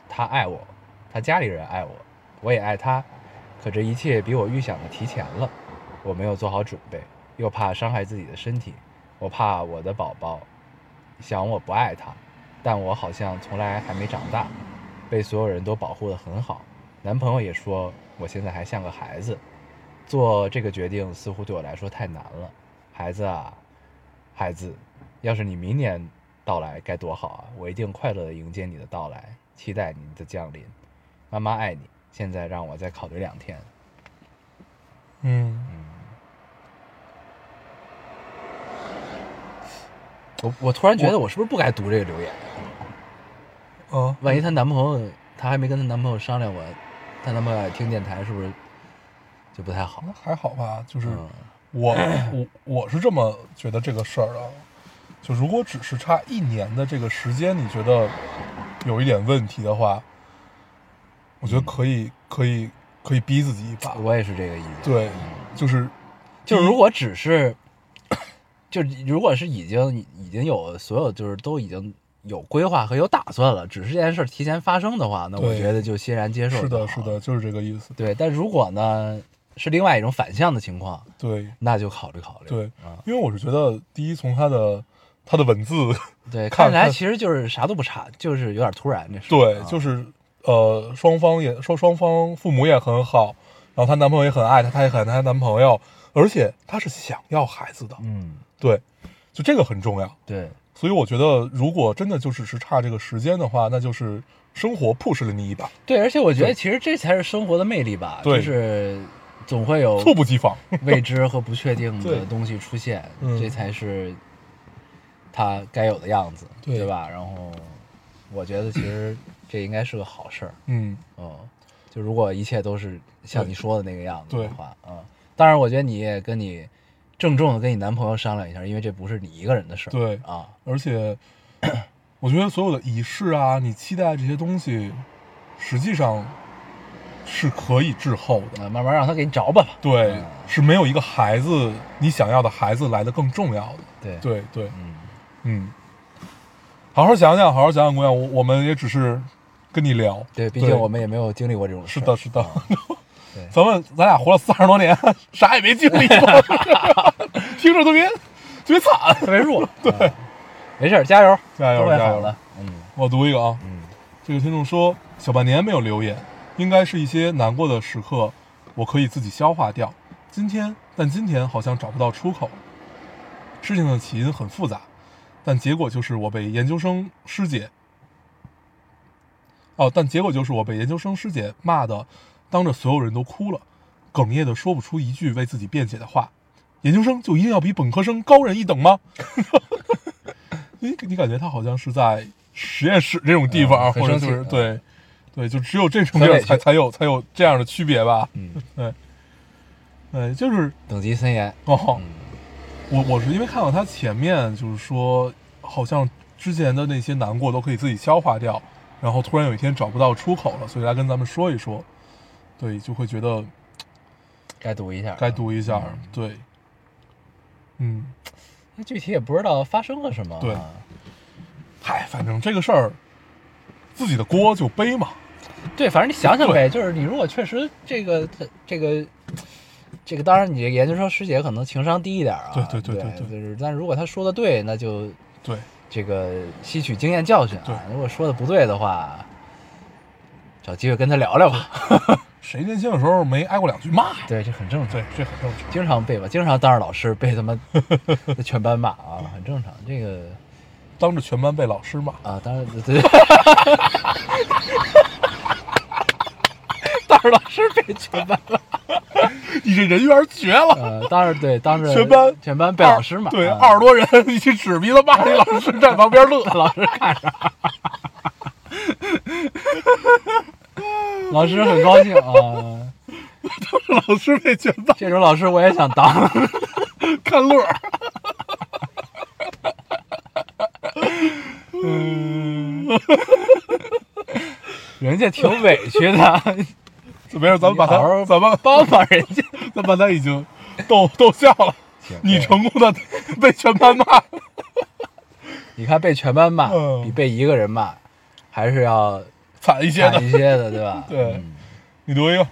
Speaker 1: 他爱我，他家里人爱我，我也爱他，可这一切比我预想的提前了。我没有做好准备，又怕伤害自己的身体，我怕我的宝宝想我不爱他，但我好像从来还没长大，被所有人都保护得很好。男朋友也说我现在还像个孩子，做这个决定似乎对我来说太难了。孩子啊，孩子，要是你明年到来该多好啊！我一定快乐地迎接你的到来，期待你的降临。妈妈爱你，现在让我再考虑两天。
Speaker 2: 嗯，
Speaker 1: 我我突然觉得我是不是不该读这个留言？
Speaker 2: 啊，
Speaker 1: 万一她男朋友，她还没跟她男朋友商量过，她男朋友也听电台是不是就不太好
Speaker 2: 那？还好吧，就是
Speaker 1: 嗯
Speaker 2: 我我我是这么觉得这个事儿啊，就如果只是差一年的这个时间，你觉得有一点问题的话，
Speaker 1: 嗯
Speaker 2: 我觉得可以可以可以逼自己一把，
Speaker 1: 我也是这个意见。
Speaker 2: 对，就是
Speaker 1: 嗯就是如果只是，就是如果是已经已经有所有就是都已经有规划和有打算了，只是这件事儿提前发生的话，那我
Speaker 2: 对
Speaker 1: 觉得就欣然接受。
Speaker 2: 是的是的，，就是这个意思，
Speaker 1: 对。但如果呢是另外一种反向的情况，
Speaker 2: 对
Speaker 1: 那就考虑考虑。
Speaker 2: 对
Speaker 1: 啊，
Speaker 2: 因为我是觉得第一从他的他的文字，
Speaker 1: 对，
Speaker 2: 看
Speaker 1: 看起来
Speaker 2: 看
Speaker 1: 其实就是啥都不差，就是有点突然这事儿。
Speaker 2: 对，
Speaker 1: 啊
Speaker 2: 就是呃，双方也说双方父母也很好，然后她男朋友也很爱她，她也很爱她男朋友，而且她是想要孩子的，
Speaker 1: 嗯，
Speaker 2: 对，就这个很重要。
Speaker 1: 对，
Speaker 2: 所以我觉得，如果真的就只是差这个时间的话，那就是生活 push 了你一把，
Speaker 1: 对，而且我觉得
Speaker 2: 对
Speaker 1: 其实这才是生活的魅力吧，
Speaker 2: 对
Speaker 1: 就是总会有
Speaker 2: 猝不及防。
Speaker 1: 未知和不确定的
Speaker 2: 对
Speaker 1: 东西出现，
Speaker 2: 嗯
Speaker 1: 这才是它该有的样子，
Speaker 2: 对
Speaker 1: 对吧？然后我觉得其 实这应该是个好事儿，
Speaker 2: 嗯，
Speaker 1: 嗯，就如果一切都是像你说的那个样子
Speaker 2: 对
Speaker 1: 的话，啊、当然我觉得你也跟你郑重的跟你男朋友商量一下，因为这不是你一个人的事儿，
Speaker 2: 对，
Speaker 1: 啊，
Speaker 2: 而且我觉得所有的仪式啊，你期待这些东西，实际上是可以滞后的。
Speaker 1: 那慢慢让他给你找吧吧，
Speaker 2: 对
Speaker 1: 嗯，
Speaker 2: 是没有一个孩子你想要的孩子来的更重要的。
Speaker 1: 对
Speaker 2: 对对，
Speaker 1: 嗯，
Speaker 2: 嗯，好好想想，好好想想，姑娘，我我们也只是跟你聊。
Speaker 1: 对，毕竟我们也没有经历过这种事
Speaker 2: 是
Speaker 1: 儿，
Speaker 2: 的，是的
Speaker 1: 啊，对
Speaker 2: 咱们咱俩活了三十多年， 啥也没经 历过，听着特别特别惨。
Speaker 1: 特别 弱，对，没事儿，加油，
Speaker 2: 加油
Speaker 1: 都会
Speaker 2: 加
Speaker 1: 好
Speaker 2: 油
Speaker 1: 的，嗯
Speaker 2: 我读一个啊，
Speaker 1: 嗯。
Speaker 2: 这个听众说，小半年没有留言，应该是一些难过的时刻，我可以自己消化掉。今天，但今天好像找不到出口。事情的起因很复杂，但结果就是我被研究生师姐，哦，但结果就是我被研究生师姐骂的，当着所有人都哭了，哽咽的说不出一句为自己辩解的话。研究生就一定要比本科生高人一等吗？ 你你感觉他好像是在实验室这种地方，
Speaker 1: 嗯很
Speaker 2: 或者
Speaker 1: 生气
Speaker 2: 就是
Speaker 1: 嗯
Speaker 2: 对，对，就只有这种
Speaker 1: 很
Speaker 2: 地儿
Speaker 1: 委屈
Speaker 2: 才才有才有这样的区别吧？
Speaker 1: 嗯，
Speaker 2: 对，对，就是
Speaker 1: 等级森严。
Speaker 2: 哦，我我是因为看到他前面就是说，好像之前的那些难过都可以自己消化掉，然后突然有一天找不到出口了，所以来跟咱们说一说，对，就会觉得
Speaker 1: 该读一下，
Speaker 2: 该。读一下，
Speaker 1: 嗯
Speaker 2: 对，嗯，
Speaker 1: 那具体也不知道发生了什么、啊。
Speaker 2: 对嗨，反正这个事儿，自己的锅就背嘛，
Speaker 1: 对反正你想想呗，就是你如果确实这个这个这个当然，你这个研究生师姐可能情商低一点啊。
Speaker 2: 对对
Speaker 1: 对
Speaker 2: 对对对
Speaker 1: 就是，但如果她说的对，那就
Speaker 2: 对，
Speaker 1: 这个吸取经验教训
Speaker 2: 对
Speaker 1: 啊。如果说的不对的话，找机会跟她聊聊吧。
Speaker 2: 谁年轻的时候没挨过两句骂呀？
Speaker 1: 对，这很正常。
Speaker 2: 对，这很正常。
Speaker 1: 经常被吧，经常当着老师被他妈 全班骂啊，很正常。这个
Speaker 2: 当着全班被老师骂，
Speaker 1: 啊，当然 对，当着老师被全班骂，
Speaker 2: 你这人缘绝了。
Speaker 1: 呃，当然对，当着
Speaker 2: 全班
Speaker 1: 全班被老师骂，
Speaker 2: 对，
Speaker 1: 啊
Speaker 2: 二十多人一起指鼻子骂 那老师，站旁边乐。
Speaker 1: 老师看上，老师很高兴啊，
Speaker 2: 老师被全班
Speaker 1: 这种老师我也想当。
Speaker 2: 看乐儿。
Speaker 1: 人家挺委屈的，
Speaker 2: 怎么样？咱们把
Speaker 1: 你好
Speaker 2: 他，
Speaker 1: 好
Speaker 2: 咱们
Speaker 1: 帮帮人家。
Speaker 2: 咱把他已经逗逗笑了。你
Speaker 1: 对
Speaker 2: 成 功的被全班骂，
Speaker 1: 你看被全班骂，
Speaker 2: 嗯
Speaker 1: 比被一个人骂，还是要
Speaker 2: 惨一些
Speaker 1: 惨
Speaker 2: 的？
Speaker 1: 一。些的，对吧
Speaker 2: 对
Speaker 1: 嗯
Speaker 2: 你读一个，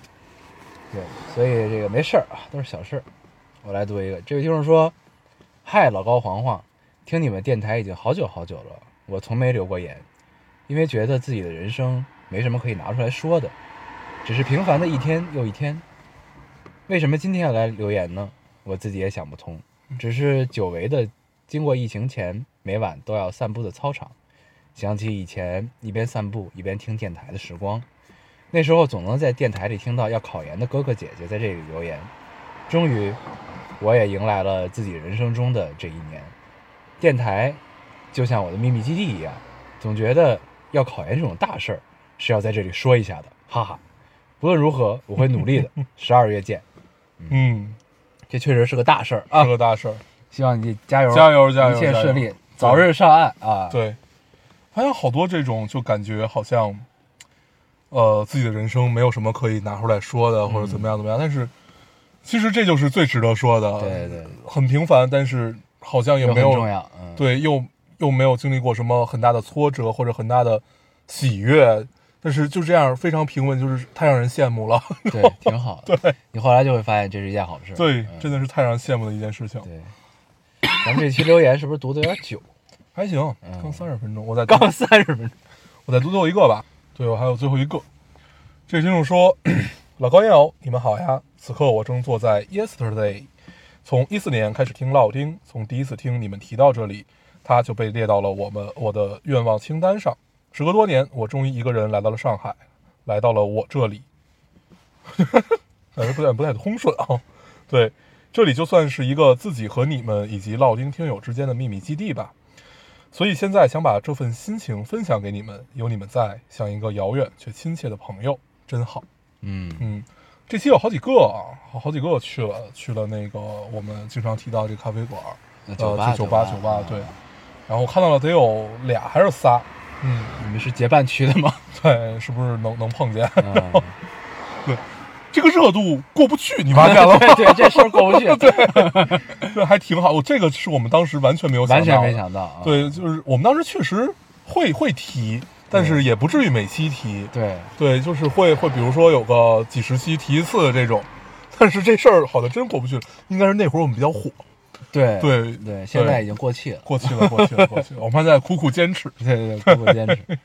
Speaker 1: 对，所以这个没事儿啊，都是小事儿。我来读一个，这位听众说：“嗨，老高、黄黄，听你们电台已经好久好久了，我从没留过言，因为觉得自己的人生没什么可以拿出来说的，只是平凡的一天又一天。为什么今天要来留言呢？我自己也想不通。只是久违的经过疫情前每晚都要散步的操场，想起以前一边散步一边听电台的时光。”那时候总能在电台里听到要考研的哥哥姐姐在这里留言。终于，我也迎来了自己人生中的这一年。电台就像我的秘密基地一样，总觉得要考研这种大事儿是要在这里说一下的，哈哈。不论如何，我会努力 的。十二月见，
Speaker 2: 嗯，
Speaker 1: 这确实是个大事儿啊
Speaker 2: 是！个大事儿，
Speaker 1: 希望你加油，
Speaker 2: 加油加油
Speaker 1: 一切
Speaker 2: 加油
Speaker 1: 顺利，早日上岸啊！
Speaker 2: 对。发现好多这种，就感觉好像，呃，自己的人生没有什么可以拿出来说的，或者怎
Speaker 1: 嗯
Speaker 2: 么样怎么样。但是，其实这就是最值得说的。
Speaker 1: 对对，
Speaker 2: 很平凡，但是好像也
Speaker 1: 这
Speaker 2: 没
Speaker 1: 很
Speaker 2: 有
Speaker 1: 重要，嗯，
Speaker 2: 对，又又没有经历过什么很大的挫折或者很大的喜悦，但是就这样非常平稳，就是太让人羡慕了。
Speaker 1: 对，挺好的。对，你后来就会发现这是一件好事。
Speaker 2: 对，
Speaker 1: 嗯
Speaker 2: 真的是太让人羡慕的一件事情。
Speaker 1: 对，咱们这期留言是不是读的有点久？
Speaker 2: 还行，刚三十分钟，我再
Speaker 1: 嗯刚三十分钟。
Speaker 2: 我再读最后一个吧。对，我还有最后一个。这位听众说：“ 老高烟友，你们好呀！此刻我正坐在 Yesterday，从一四年开始听老丁，从第一次听你们提到这里，他就被列到了我们我的愿望清单上。时隔多年，我终于一个人来到了上海，来到了我这里， 感觉不太不太通顺啊。对，这里就算是一个自己和你们以及老丁听友之间的秘密基地吧。所以现在想把这份心情分享给你们，有你们在，像一个遥远却亲切的朋友，真好。
Speaker 1: 嗯，
Speaker 2: 嗯，这期有好几个啊，好好几个去了去了那个我们经常提到这咖啡馆，
Speaker 1: 那
Speaker 2: 呃，
Speaker 1: 吧，
Speaker 2: 去酒
Speaker 1: 吧，嗯
Speaker 2: 吧酒吧，对。然后看到了得有俩还是仨，嗯，
Speaker 1: 你们是结伴去的吗？
Speaker 2: 对，是不是能能碰见？
Speaker 1: 嗯，
Speaker 2: 这个热度过不去，你发现了吗？
Speaker 1: 对对，这事儿过不去， 对，
Speaker 2: 这 还挺好，我这个是我们当时完全没有想
Speaker 1: 完
Speaker 2: 到
Speaker 1: 全
Speaker 2: 的，
Speaker 1: 没想到啊。
Speaker 2: 对，就是我们当时确实会会提，但是也不至于每期提，
Speaker 1: 对，
Speaker 2: 对，就是会会，比如说有个几十期提一次的这种，但是这事儿好像真过不去了，应该是那会儿我们比较火，
Speaker 1: 对，
Speaker 2: 对
Speaker 1: 对，现在已经过气了。
Speaker 2: 过去了，过去了，过去了，我们还在苦苦坚持。
Speaker 1: 对对对，苦苦坚持。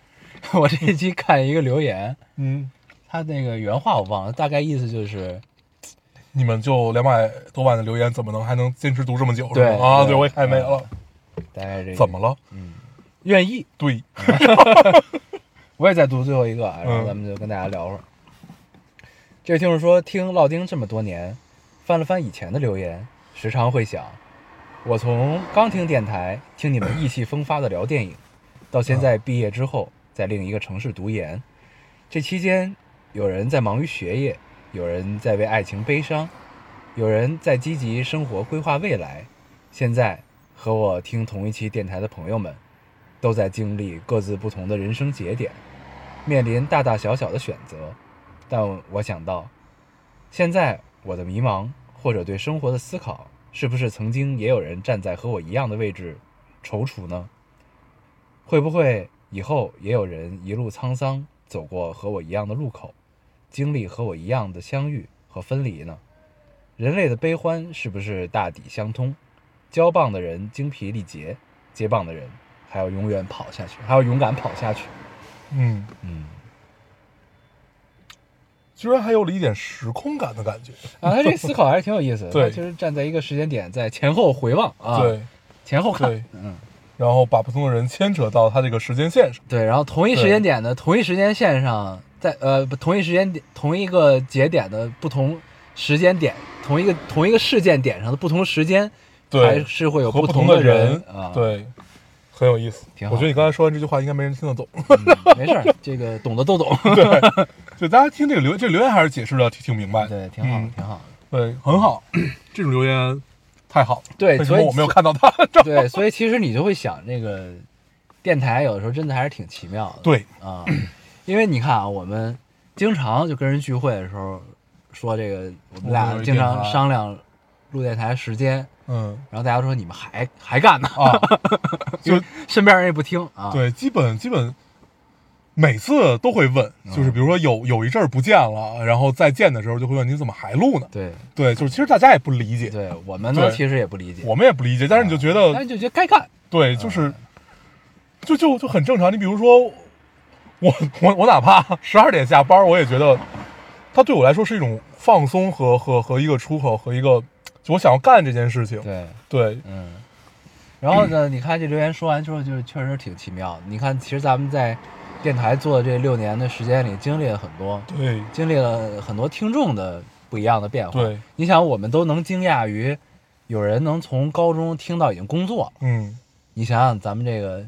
Speaker 1: 我这一期看一个留言，
Speaker 2: 嗯，
Speaker 1: 他那个原话我忘了，大概意思就是，
Speaker 2: 你们就两百多万的留言，怎么能还能坚持读这么久？是
Speaker 1: 对
Speaker 2: 吗啊，
Speaker 1: 对
Speaker 2: 对我也太没了，
Speaker 1: 大概这个嗯
Speaker 2: 怎么了？
Speaker 1: 愿意？
Speaker 2: 对，
Speaker 1: 我也在读最后一个啊，
Speaker 2: 嗯
Speaker 1: 然后咱们就跟大家聊会儿。这位听众说，听老丁这么多年，翻了翻以前的留言，时常会想，我从刚听电台，听你们意气风发的聊电影，到现在毕业之后，在另一个城市读研，这期间，有人在忙于学业，有人在为爱情悲伤，有人在积极生活规划未来。现在和我听同一期电台的朋友们，都在经历各自不同的人生节点，面临大大小小的选择。但我想到，现在我的迷茫或者对生活的思考，是不是曾经也有人站在和我一样的位置踌躇呢？会不会以后也有人一路沧桑走过和我一样的路口，经历和我一样的相遇和分离呢？人类的悲欢是不是大抵相通？交棒的人精疲力竭，接棒的人还要永远跑下去，还要勇敢跑下去。
Speaker 2: 嗯，
Speaker 1: 嗯，
Speaker 2: 居然还有了一点时空感的感觉。
Speaker 1: 啊， 他这思考还是挺有意思的。
Speaker 2: 对
Speaker 1: 他其实站在一个时间点，在前后回望啊，
Speaker 2: 对，
Speaker 1: 前后看
Speaker 2: 对，
Speaker 1: 嗯，
Speaker 2: 然后把不同的人牵扯到他这个时间线上。
Speaker 1: 对。然后同一时间点的同一时间线上，在呃不同一时间点同一个节点的不同时间点，同一个同一个事件点上的不同时间，还
Speaker 2: 对，
Speaker 1: 是会有
Speaker 2: 和不
Speaker 1: 同
Speaker 2: 的
Speaker 1: 人啊。，
Speaker 2: 对，很有意思。
Speaker 1: 挺好
Speaker 2: 我觉得你刚才说完这句话，应该没人听得懂。
Speaker 1: 嗯没事儿，这个懂的都懂。
Speaker 2: 就大家听这个留这个留言还是解释的挺挺明白的，
Speaker 1: 对，挺好
Speaker 2: 嗯，
Speaker 1: 挺好。
Speaker 2: 对，很好。这种留言太好了，
Speaker 1: 对
Speaker 2: 为什
Speaker 1: 所以
Speaker 2: 么我没有看到他？
Speaker 1: 对，所以其实你就会想，这个电台有的时候真的还是挺奇妙的。
Speaker 2: 对，
Speaker 1: 啊，因为你看啊，我们经常就跟人聚会的时候说这个，我们
Speaker 2: 我们
Speaker 1: 俩
Speaker 2: 有一
Speaker 1: 经
Speaker 2: 电
Speaker 1: 常
Speaker 2: 台
Speaker 1: 商量录电台时间，
Speaker 2: 嗯
Speaker 1: 然后大家说你们还还干呢，
Speaker 2: 啊，
Speaker 1: 因为身边人也不听啊。
Speaker 2: 对，基本基本每次都会问，
Speaker 1: 嗯
Speaker 2: 就是比如说有有一阵儿不见了，然后再见的时候就会问你怎么还录呢？
Speaker 1: 对
Speaker 2: 对，就是其实大家也不理解，
Speaker 1: 对，我们呢
Speaker 2: 对
Speaker 1: 其实也不理解，
Speaker 2: 我们也不理解，但是你就觉
Speaker 1: 但
Speaker 2: 得
Speaker 1: 是就觉得该干。
Speaker 2: 对，就是就就就很正常。你比如说我我我哪怕 十二点下班，我也觉得它对我来说是一种放松和和和一个出口和一个就我想要干这件事情。
Speaker 1: 对，
Speaker 2: 对，
Speaker 1: 嗯。然后呢，你看这留言说完之后，就是确实挺奇妙的。你看，其实咱们在电台做的这六年的时间里，经历了很多，
Speaker 2: 对，
Speaker 1: 经历了很多听众的不一样的变化。
Speaker 2: 对，
Speaker 1: 你想，我们都能惊讶于有人能从高中听到已经工作了，
Speaker 2: 嗯，
Speaker 1: 你想想咱们这个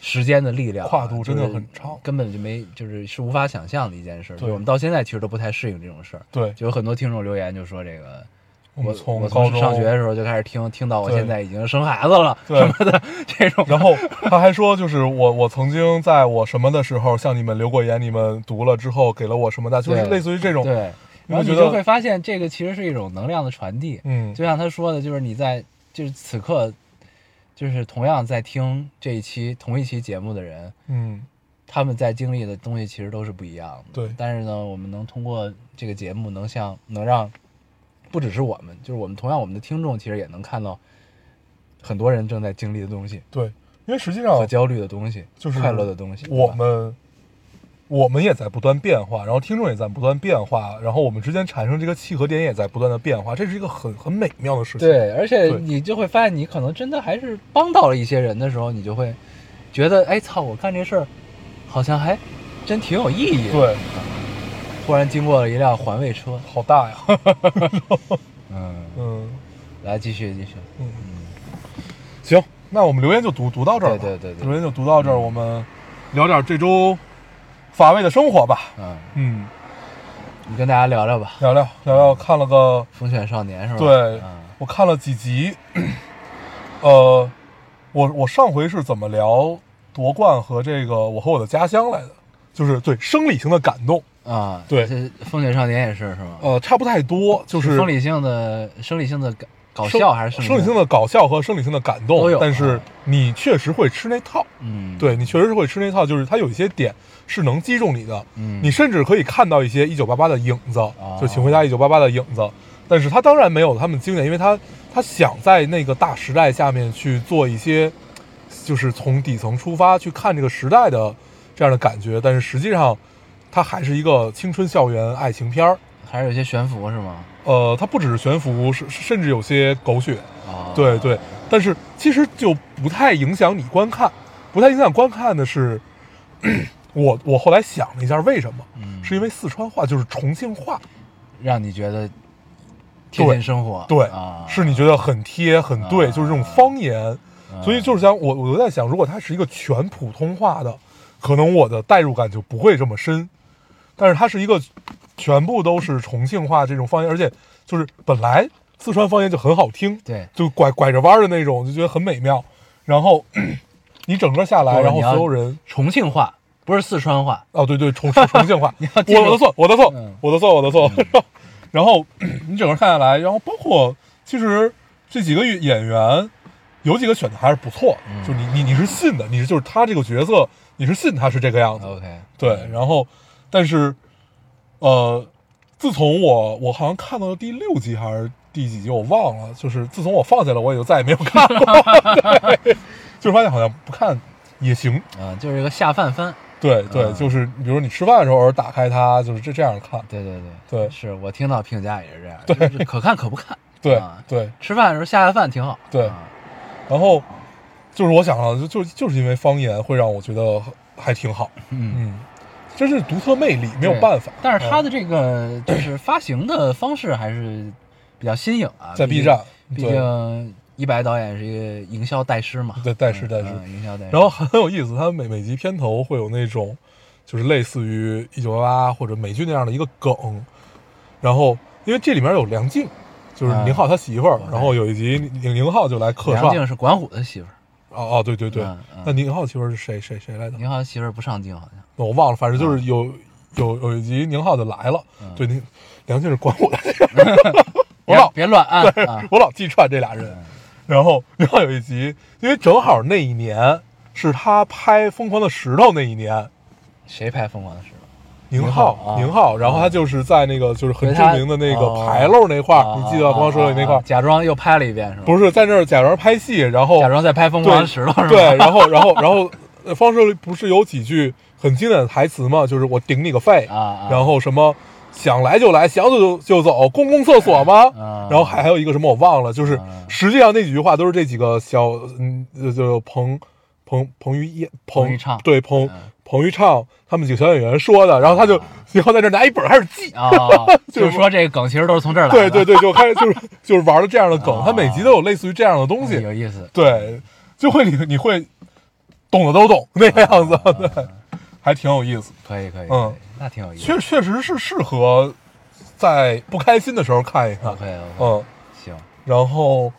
Speaker 1: 时间的力量啊、
Speaker 2: 跨度真的
Speaker 1: 就是
Speaker 2: 很长
Speaker 1: 根本就没就是是无法想象的一件事。就
Speaker 2: 对
Speaker 1: 我们到现在其实都不太适应这种事儿，
Speaker 2: 对，
Speaker 1: 就有很多听众留言就说这个。
Speaker 2: 我
Speaker 1: 我
Speaker 2: 们从
Speaker 1: 我
Speaker 2: 高中
Speaker 1: 上学的时候就开始听，听到我
Speaker 2: 对
Speaker 1: 现在已经生孩子了
Speaker 2: 对
Speaker 1: 什么的 这种，
Speaker 2: 然后他还说，就是我我曾经在我什么的时候向你们留过言，你们读了之后给了我什么的，就是
Speaker 1: 对
Speaker 2: 类似于这种，
Speaker 1: 对，然后你
Speaker 2: 你会
Speaker 1: 就
Speaker 2: 觉得
Speaker 1: 会发现这个其实是一种能量的传递，
Speaker 2: 嗯，
Speaker 1: 就像他说的，就是你在就是此刻，就是同样在听这一期同一期节目的人，
Speaker 2: 嗯，
Speaker 1: 他们在经历的东西其实都是不一样的。
Speaker 2: 对
Speaker 1: 但是呢，我们能通过这个节目，能像能让不只是我们，就是我们同样我们的听众，其实也能看到很多人正在经历的东西
Speaker 2: 对，因为实际
Speaker 1: 和
Speaker 2: 上
Speaker 1: 焦虑的东西，
Speaker 2: 哦就是
Speaker 1: 快乐的东西。
Speaker 2: 我
Speaker 1: 对吧
Speaker 2: 们我们也在不断变化，然后听众也在不断变化，然后我们之间产生这个契合点也在不断的变化，这是一个很很美妙的事情。
Speaker 1: 对，而且
Speaker 2: 对
Speaker 1: 你就会发现，你可能真的还是帮到了一些人的时候，你就会觉得，哎操，我干这事儿好像还真挺有意义的。
Speaker 2: 对，
Speaker 1: 突然经过了一辆环卫车，
Speaker 2: 好大呀，
Speaker 1: 嗯，
Speaker 2: 嗯
Speaker 1: 来继续继续，
Speaker 2: 嗯，行，那我们留言就读读到这儿吧，
Speaker 1: 对对对对
Speaker 2: 留言就读到这儿，我们聊点这周乏味的生活吧，
Speaker 1: 嗯，
Speaker 2: 嗯。
Speaker 1: 你跟大家聊聊吧，
Speaker 2: 聊聊聊聊，看了个，
Speaker 1: 《风犬少年》是吧？
Speaker 2: 对
Speaker 1: 嗯
Speaker 2: 我看了几集， 呃，我我上回是怎么聊夺冠和这个我和我的家乡来的，就是对生理性的感动，
Speaker 1: 啊，
Speaker 2: 对
Speaker 1: 这《风犬少年》也是是吗？
Speaker 2: 呃，差不太多，就是
Speaker 1: 生理性的生理性的搞搞
Speaker 2: 生
Speaker 1: 笑还是
Speaker 2: 生理性
Speaker 1: 的？
Speaker 2: 的搞笑和生理性的感动
Speaker 1: 都有，
Speaker 2: 但是
Speaker 1: 啊
Speaker 2: 你确实会吃那套，
Speaker 1: 嗯，，
Speaker 2: 对你确实是会吃那套，就是它有一些点是能击中你的，
Speaker 1: 嗯，
Speaker 2: 你甚至可以看到一些一九八八的影子，就《请回
Speaker 1: 哦
Speaker 2: 答一九八八》的影子。但是他当然没有他们经典，因为他他想在那个大时代下面去做一些，就是从底层出发去看这个时代的这样的感觉。但是实际上，它还是一个青春校园爱情片儿。
Speaker 1: 还是有些悬浮是吗？
Speaker 2: 呃，它不只是悬浮，是是甚至有些狗血。
Speaker 1: 啊，
Speaker 2: 对对，但是其实就不太影响你观看，不太影响观看的是， 我我后来想了一下，为什么？
Speaker 1: 嗯
Speaker 2: 是因为四川话就是重庆话，
Speaker 1: 让你觉得贴近生活，
Speaker 2: 对，
Speaker 1: 啊，
Speaker 2: 是你觉得很贴很对，
Speaker 1: 啊
Speaker 2: 就是这种方言。
Speaker 1: 啊
Speaker 2: 所以就是想我我就在想，如果它是一个全普通话的，可能我的代入感就不会这么深。但是它是一个全部都是重庆话这种方言，而且就是本来四川方言就很好听，
Speaker 1: 对
Speaker 2: 就拐拐着弯儿的那种，就觉得很美妙。然后 你整个下来，
Speaker 1: 不是
Speaker 2: 然后
Speaker 1: 你要
Speaker 2: 所有人
Speaker 1: 重庆话，不是四川话，
Speaker 2: 哦，对对，重重 重庆话，我
Speaker 1: 记住
Speaker 2: 的错，我的错
Speaker 1: 嗯，
Speaker 2: 我的错，我的错。 然后 你整个看下来，然后包括其实这几个演员有几个选的还是不错，
Speaker 1: 嗯
Speaker 2: 就你你你是信的，你是就是他这个角色，你是信他是这个样子的，
Speaker 1: OK，
Speaker 2: 对。然后但是呃，自从我我好像看到第六集还是第几集我忘了，就是自从我放下了，我也就再也没有看过， 对，就是发现好像不看也行，
Speaker 1: 啊，就是一个下饭番。
Speaker 2: 对对，
Speaker 1: 嗯
Speaker 2: 就是你比如你吃饭的时候偶尔打开它，就是这这样看，
Speaker 1: 对对对
Speaker 2: 对
Speaker 1: 是我听到评价也是这样，就是可看可不看。
Speaker 2: 对、
Speaker 1: 啊
Speaker 2: 对，
Speaker 1: 吃饭的时候下下饭挺好。
Speaker 2: 对
Speaker 1: 啊
Speaker 2: 然后就是我想了，就就就是因为方言会让我觉得还挺好，
Speaker 1: 嗯，
Speaker 2: 嗯，真是独特魅力，没有
Speaker 1: 对
Speaker 2: 办法。
Speaker 1: 但是它
Speaker 2: 嗯
Speaker 1: 的这个就是发行的方式还是比较新颖啊，
Speaker 2: 在
Speaker 1: 毕
Speaker 2: B
Speaker 1: 竟
Speaker 2: 站，
Speaker 1: 毕
Speaker 2: 对
Speaker 1: 竟一白导演是一个营销大师嘛，
Speaker 2: 对大师
Speaker 1: 嗯
Speaker 2: 大师
Speaker 1: 嗯营销大师。
Speaker 2: 然后很有意思，它每每集片头会有那种，就是类似于《一九八八》或者美剧那样的一个梗。然后，因为这里面有梁静，就是
Speaker 1: 啊
Speaker 2: 宁浩他媳妇儿。
Speaker 1: 对
Speaker 2: 然后有一集宁宁浩就来客
Speaker 1: 梁
Speaker 2: 串。
Speaker 1: 静是管虎的媳妇儿，
Speaker 2: 哦哦，对对对
Speaker 1: 嗯嗯，
Speaker 2: 那宁浩媳妇儿是谁谁谁来着？
Speaker 1: 宁浩啊媳妇儿不上镜好像。
Speaker 2: 那我忘了，反正就是有有有一集宁浩就来了。
Speaker 1: 啊
Speaker 2: 对，宁梁静是管我的媳妇 儿，我
Speaker 1: 别
Speaker 2: 老
Speaker 1: 别乱按啊！ 嗯
Speaker 2: 我老记串这俩人。然后，然后有一集，因为正好那一年是他拍《疯狂的石头》那一年，
Speaker 1: 谁拍《疯狂的石头》？
Speaker 2: 宁
Speaker 1: 浩
Speaker 2: 浩
Speaker 1: 啊，
Speaker 2: 宁浩，然后他就是在那个就是很
Speaker 1: 对
Speaker 2: 知
Speaker 1: 他
Speaker 2: 名的那
Speaker 1: 哦
Speaker 2: 个牌楼那块
Speaker 1: 啊
Speaker 2: 儿，你记得
Speaker 1: 啊
Speaker 2: 《光说
Speaker 1: 啊
Speaker 2: 的那块
Speaker 1: 啊
Speaker 2: 儿，
Speaker 1: 假装又拍了一遍是吧？
Speaker 2: 不是在那儿假装拍戏，然后
Speaker 1: 假装在拍《疯狂的石头》是吧？
Speaker 2: 哦对，然后然后然后呃方世不是有几句很经典的台词吗？就是我顶你个肺
Speaker 1: 啊啊
Speaker 2: 然后什么想来就来，想走就就走，公共厕所吗？
Speaker 1: 啊
Speaker 2: 然后还有一个什么我忘了，就是
Speaker 1: 啊
Speaker 2: 实际上那几句话都是这几个小嗯呃就彭彭彭于晏
Speaker 1: 彭
Speaker 2: 彭
Speaker 1: 昱畅
Speaker 2: 对彭、
Speaker 1: 嗯
Speaker 2: 彭昱畅他们几个小演员说的，然后他就、然后在这儿拿一本儿开始记。
Speaker 1: 啊， 就是说这个梗其实都是从这儿来的。嗯
Speaker 2: 对对对，就开始就是 就是玩了这样的
Speaker 1: 啊
Speaker 2: 梗，他每集都有类似于这样的东西，
Speaker 1: 嗯有意思。
Speaker 2: 对，就会你你会懂的都懂那个样
Speaker 1: 啊
Speaker 2: 子， 对，还挺有意思。
Speaker 1: 可以可以，可
Speaker 2: 嗯
Speaker 1: 以，那挺有意思。
Speaker 2: 确确实是适合在不开心的时候看一看。
Speaker 1: OK OK，
Speaker 2: 嗯，
Speaker 1: 行，
Speaker 2: 然后，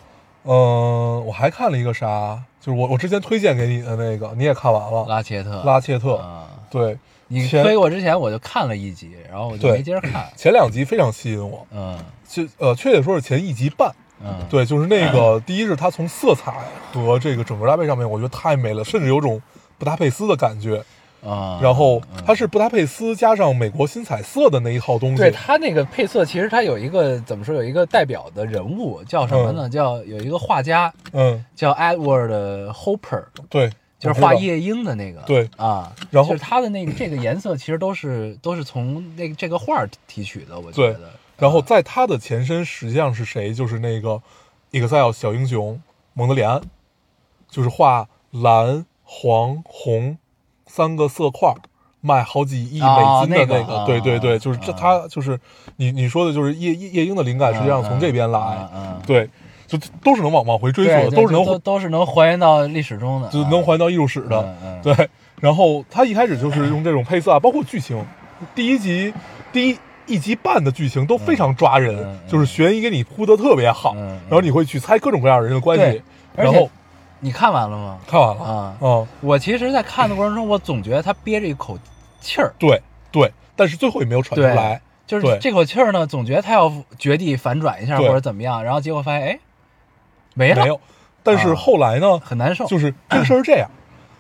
Speaker 2: 嗯、我还看了一个啥，就是我我之前推荐给你的那个，你也看完了，
Speaker 1: 拉切特，
Speaker 2: 拉切特。
Speaker 1: 啊，
Speaker 2: 对，
Speaker 1: 你
Speaker 2: 前
Speaker 1: 推我之前我就看了一集，然后我就
Speaker 2: 对
Speaker 1: 没接着看。
Speaker 2: 前两集非常吸引我，
Speaker 1: 嗯
Speaker 2: 就呃，确切说是前一集半。
Speaker 1: 嗯，
Speaker 2: 对，就是那个，第一是它从色彩和这个整个搭配上面，我觉得太美了，甚至有种布达佩斯的感觉。
Speaker 1: 啊，
Speaker 2: 然后它是布达佩斯加上美国新彩色的那一套东西，
Speaker 1: 对他那个配色，其实他有一个怎么说，有一个代表的人物叫什么呢？叫有一个画家
Speaker 2: 嗯，
Speaker 1: 叫 Edward Hopper，
Speaker 2: 对，
Speaker 1: 就是画夜莺的那个。
Speaker 2: 对
Speaker 1: 啊，
Speaker 2: 然后
Speaker 1: 就是他的那个这个颜色，其实都是都是从那这个画儿提取的，我
Speaker 2: 我
Speaker 1: 觉
Speaker 2: 知道。对
Speaker 1: 得。，啊
Speaker 2: 然后在它的前身实际上是谁？就是那个 Excel 小英雄蒙德里安，就是画蓝、黄、红三个色块儿。卖好几亿
Speaker 1: 啊
Speaker 2: 美金的
Speaker 1: 那个啊
Speaker 2: 对对对，就是这，
Speaker 1: 啊
Speaker 2: 他就是你你说的，就是夜夜夜莺的灵感，实际上从这边来，
Speaker 1: 嗯，嗯嗯
Speaker 2: 对，就都是能往往回追溯
Speaker 1: 对
Speaker 2: 的，
Speaker 1: 对
Speaker 2: 都是能
Speaker 1: 都都是能还原到历史中的，
Speaker 2: 就
Speaker 1: 啊
Speaker 2: 能还到艺术史的，
Speaker 1: 嗯嗯
Speaker 2: 对，然后他一开始就是用这种配色啊，包括剧情，第一集第一一集半的剧情都非常抓人，
Speaker 1: 嗯嗯
Speaker 2: 就是悬疑给你铺的特别好，
Speaker 1: 嗯嗯
Speaker 2: 然后你会去猜各种各样的人的关系
Speaker 1: 对，而
Speaker 2: 然
Speaker 1: 且
Speaker 2: 后
Speaker 1: 你看完了吗？
Speaker 2: 看完了
Speaker 1: 啊
Speaker 2: 嗯，
Speaker 1: 我其实，在看的过程中，我总觉得他憋着一口气儿，
Speaker 2: 对对，但是最后也没有传出
Speaker 1: 对
Speaker 2: 来，
Speaker 1: 就是
Speaker 2: 对
Speaker 1: 这口气儿呢，总觉得他要绝地反转一下或
Speaker 2: 对
Speaker 1: 者怎么样，然后结果发现哎，没了，
Speaker 2: 没有，但
Speaker 1: 啊
Speaker 2: 是后来呢，
Speaker 1: 很难受，
Speaker 2: 就是这个事儿是这样，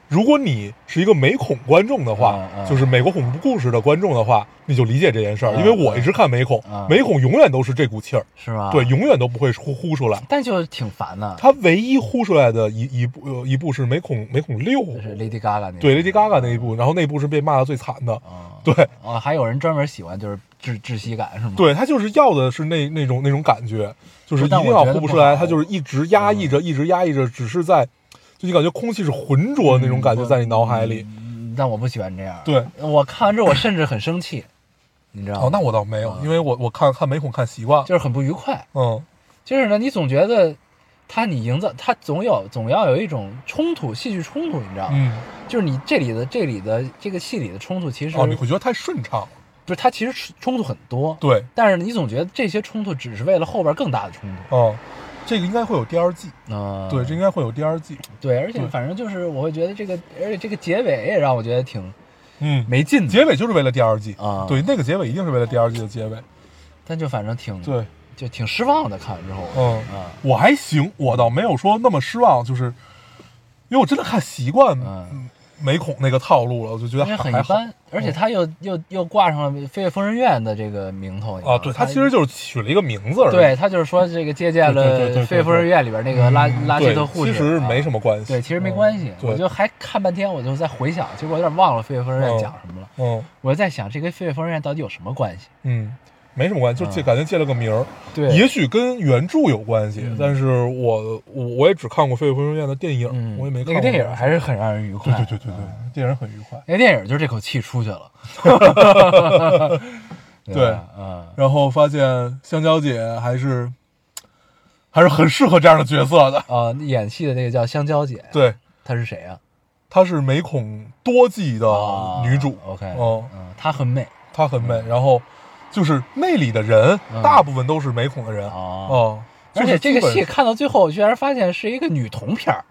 Speaker 2: 如果你是一个美恐观众的话
Speaker 1: 嗯，嗯
Speaker 2: 就是美国恐怖故事的观众的话，你就理解这件事儿，
Speaker 1: 嗯
Speaker 2: 因为我一直看美恐
Speaker 1: 嗯，啊
Speaker 2: 美恐永远都是这股气儿，
Speaker 1: 是吧？
Speaker 2: 对，，永远都不会呼呼出来。
Speaker 1: 但就是挺烦的，
Speaker 2: 他唯一呼出来的一一部呃一部是美恐美恐六，
Speaker 1: 就是 Lady Gaga 那个
Speaker 2: 对 Lady Gaga 那一部，然后那部是被骂的最惨的，
Speaker 1: 啊，
Speaker 2: 对
Speaker 1: 啊，还有人专门喜欢就是窒窒息感是吗？，
Speaker 2: 对他就是要的是那那种那种感觉，就是一
Speaker 1: 但
Speaker 2: 定
Speaker 1: 我
Speaker 2: 要
Speaker 1: 觉得
Speaker 2: 呼不
Speaker 1: 不
Speaker 2: 出
Speaker 1: 好
Speaker 2: 来，
Speaker 1: 嗯
Speaker 2: 他就是一直压抑着，一直压抑着，只是在就你感觉空气是浑浊的那种感觉
Speaker 1: 嗯
Speaker 2: 在你脑海里，
Speaker 1: 嗯但我不喜欢这样。
Speaker 2: 对，
Speaker 1: 我看完之后我甚至很生气，你知道吗？
Speaker 2: 哦，那我倒没有，因为我我看看美恐看习惯了，
Speaker 1: 嗯就是很不愉快。
Speaker 2: 嗯，
Speaker 1: 就是呢，你总觉得他你营造他总有总要有一种冲突，戏剧冲突，你知道吗？
Speaker 2: 嗯，
Speaker 1: 就是你这里的这里的这个戏里的冲突，其实、
Speaker 2: 哦，你会觉得太顺畅了，
Speaker 1: 不是它其实冲突很多，
Speaker 2: 对，
Speaker 1: 但是你总觉得这些冲突只是为了后边更大的冲突。
Speaker 2: 哦，这个应该会有第二季，
Speaker 1: 嗯，
Speaker 2: 对，这应该会有第二季，
Speaker 1: 对，而且
Speaker 2: 对
Speaker 1: 反正就是我会觉得这个，而且这个结尾也让我觉得挺
Speaker 2: 嗯，
Speaker 1: 没劲的，
Speaker 2: 结尾就是为了第二季
Speaker 1: 啊
Speaker 2: 对，那个结尾一定是为了第二季的结尾，
Speaker 1: 但就反正挺
Speaker 2: 对，
Speaker 1: 就挺失望的。看完之后，
Speaker 2: 嗯
Speaker 1: 啊，
Speaker 2: 我还行，我倒没有说那么失望，就是因为我真的看习惯
Speaker 1: 嗯
Speaker 2: 美恐那个套路了，我就觉得
Speaker 1: 因为很
Speaker 2: 还
Speaker 1: 一
Speaker 2: 好
Speaker 1: 般，而且他又又又挂上了飞越疯人院的这个名头你知道
Speaker 2: 啊。
Speaker 1: 吗
Speaker 2: 对，
Speaker 1: 他
Speaker 2: 它其实就是取了一个名字而已，
Speaker 1: 对他就是说这个借鉴
Speaker 2: 对对对对
Speaker 1: 了
Speaker 2: 对
Speaker 1: 飞越疯人院里边那个拉拉希
Speaker 2: 对
Speaker 1: 特护士啊，
Speaker 2: 其实没什么关系。
Speaker 1: 对，其实没关系
Speaker 2: 嗯。对
Speaker 1: 我就还看半天，我就在回想，结果有点忘了飞越疯人院
Speaker 2: 嗯
Speaker 1: 讲什么了。
Speaker 2: 嗯
Speaker 1: 我在想这跟飞越疯人院到底有什么关系？
Speaker 2: 嗯，没什么关系，就借
Speaker 1: 嗯
Speaker 2: 感觉借了个名儿。
Speaker 1: 对，
Speaker 2: 也许跟原著有关系
Speaker 1: 嗯，
Speaker 2: 但是我我我也只看过《飞越疯人院》的电
Speaker 1: 嗯
Speaker 2: 影，，我也没看
Speaker 1: 那个
Speaker 2: 过
Speaker 1: 电影还是很让人愉
Speaker 2: 对
Speaker 1: 快。
Speaker 2: 对对对对，电影很愉快。
Speaker 1: 那个电影就是这口气出去了。
Speaker 2: 对
Speaker 1: 吧，嗯，
Speaker 2: 然后发现香蕉姐还是还是很适合这样的角色 的。
Speaker 1: 啊，演戏的那个叫香蕉姐，
Speaker 2: 对，
Speaker 1: 她是谁啊？
Speaker 2: 她是美恐多季的
Speaker 1: 啊
Speaker 2: 女主，
Speaker 1: OK，
Speaker 2: 哦
Speaker 1: 嗯，她很美
Speaker 2: 她很美。然后就是那里的人
Speaker 1: 嗯
Speaker 2: 大部分都是美恐的人
Speaker 1: 啊。
Speaker 2: 哦，
Speaker 1: 而且这
Speaker 2: 就
Speaker 1: 个
Speaker 2: 是基
Speaker 1: 戏
Speaker 2: 本
Speaker 1: 看到最后，我居然发现是一个女童片儿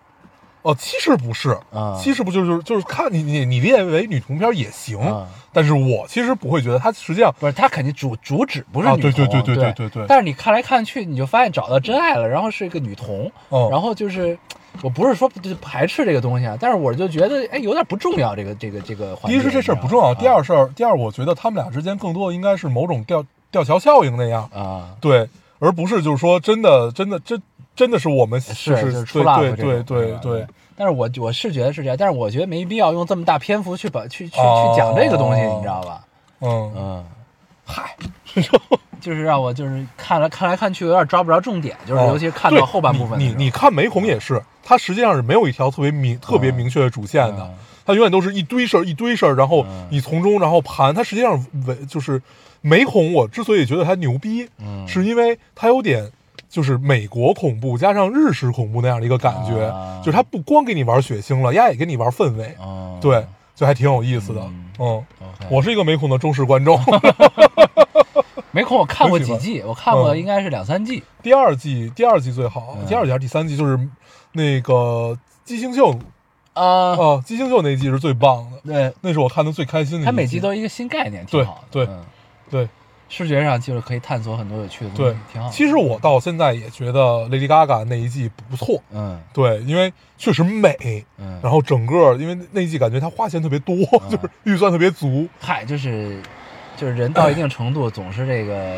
Speaker 2: 哦，其实不是
Speaker 1: 啊，
Speaker 2: 其实不就是就是看你你你列为女同片也行
Speaker 1: 啊，
Speaker 2: 但是我其实不会觉得她实际上
Speaker 1: 不是，他肯定主主旨不是
Speaker 2: 啊
Speaker 1: 女童，
Speaker 2: 对对对
Speaker 1: 对
Speaker 2: 对对对对
Speaker 1: 但是你看来看去，你就发现找到真爱了，然后是一个女童，
Speaker 2: 哦
Speaker 1: 然后就是，我不是说不排斥这个东西啊，但是我就觉得哎，有点不重要，这个这个这嗯个环节。
Speaker 2: 第一是这事儿不重
Speaker 1: 你
Speaker 2: 要，
Speaker 1: 知
Speaker 2: 第
Speaker 1: 道
Speaker 2: 二
Speaker 1: 吗
Speaker 2: 事儿，第二我觉得他们俩之间更多的应该是某种吊吊桥效应那样，
Speaker 1: 啊，
Speaker 2: 对，而不是就是说真的真的真真的是我们
Speaker 1: 是
Speaker 2: 就是
Speaker 1: 出
Speaker 2: 对
Speaker 1: love 这
Speaker 2: 对
Speaker 1: 种
Speaker 2: 对
Speaker 1: 是
Speaker 2: 对
Speaker 1: 吧
Speaker 2: 对，
Speaker 1: 但是我我是觉得是这样，但是我觉得没必要用这么大篇幅去把去去
Speaker 2: 哦
Speaker 1: 去讲这个东西，你知道吧？
Speaker 2: 嗯，
Speaker 1: 嗯，嗨， 就是让我就是看来看来看去有点抓不着重点，就是尤其是看
Speaker 2: 哦对
Speaker 1: 到后半部分的时
Speaker 2: 你你
Speaker 1: 候，
Speaker 2: 你看玫红也是，它实际上是没有一条特别明特别明确的主线的
Speaker 1: 嗯，
Speaker 2: 它永远都是一堆事儿一堆事儿，然后
Speaker 1: 嗯
Speaker 2: 你从中然后盘，它实际上为就是玫红，我之所以觉得它牛逼，
Speaker 1: 嗯
Speaker 2: 是因为它有点就是美国恐怖加上日式恐怖那样的一个感觉，
Speaker 1: 啊
Speaker 2: 就是它不光给你玩血腥了，丫也给你玩氛围，
Speaker 1: 嗯
Speaker 2: 对，就还挺有意思的。
Speaker 1: 嗯
Speaker 2: 嗯，
Speaker 1: ，OK
Speaker 2: 我是一个美恐的忠实 观众。
Speaker 1: 没空，我看过
Speaker 2: 很
Speaker 1: 几
Speaker 2: 喜欢
Speaker 1: 季，我看过
Speaker 2: 嗯
Speaker 1: 应该是两三季。
Speaker 2: 第二季，第二季最好，
Speaker 1: 嗯
Speaker 2: 第二季还是第三季？就是那个姬星秀
Speaker 1: 啊、
Speaker 2: 啊，姬星秀那一季是最棒的，
Speaker 1: 对，
Speaker 2: 那是我看的最开心的一季。
Speaker 1: 它每集都一个新概念，挺好的。
Speaker 2: 嗯对
Speaker 1: 嗯，
Speaker 2: 对
Speaker 1: 视觉上就是可以探索很多有趣的东
Speaker 2: 对
Speaker 1: 西，挺好。
Speaker 2: 其实，我到现在也觉得 Lady Gaga 那一季不错，
Speaker 1: 嗯
Speaker 2: 对，因为确实美，
Speaker 1: 嗯，
Speaker 2: 然后整个因为那一季感觉他花钱特别多， 就是预算特别足。
Speaker 1: 嗨，就是就是人到一定程度，总是这个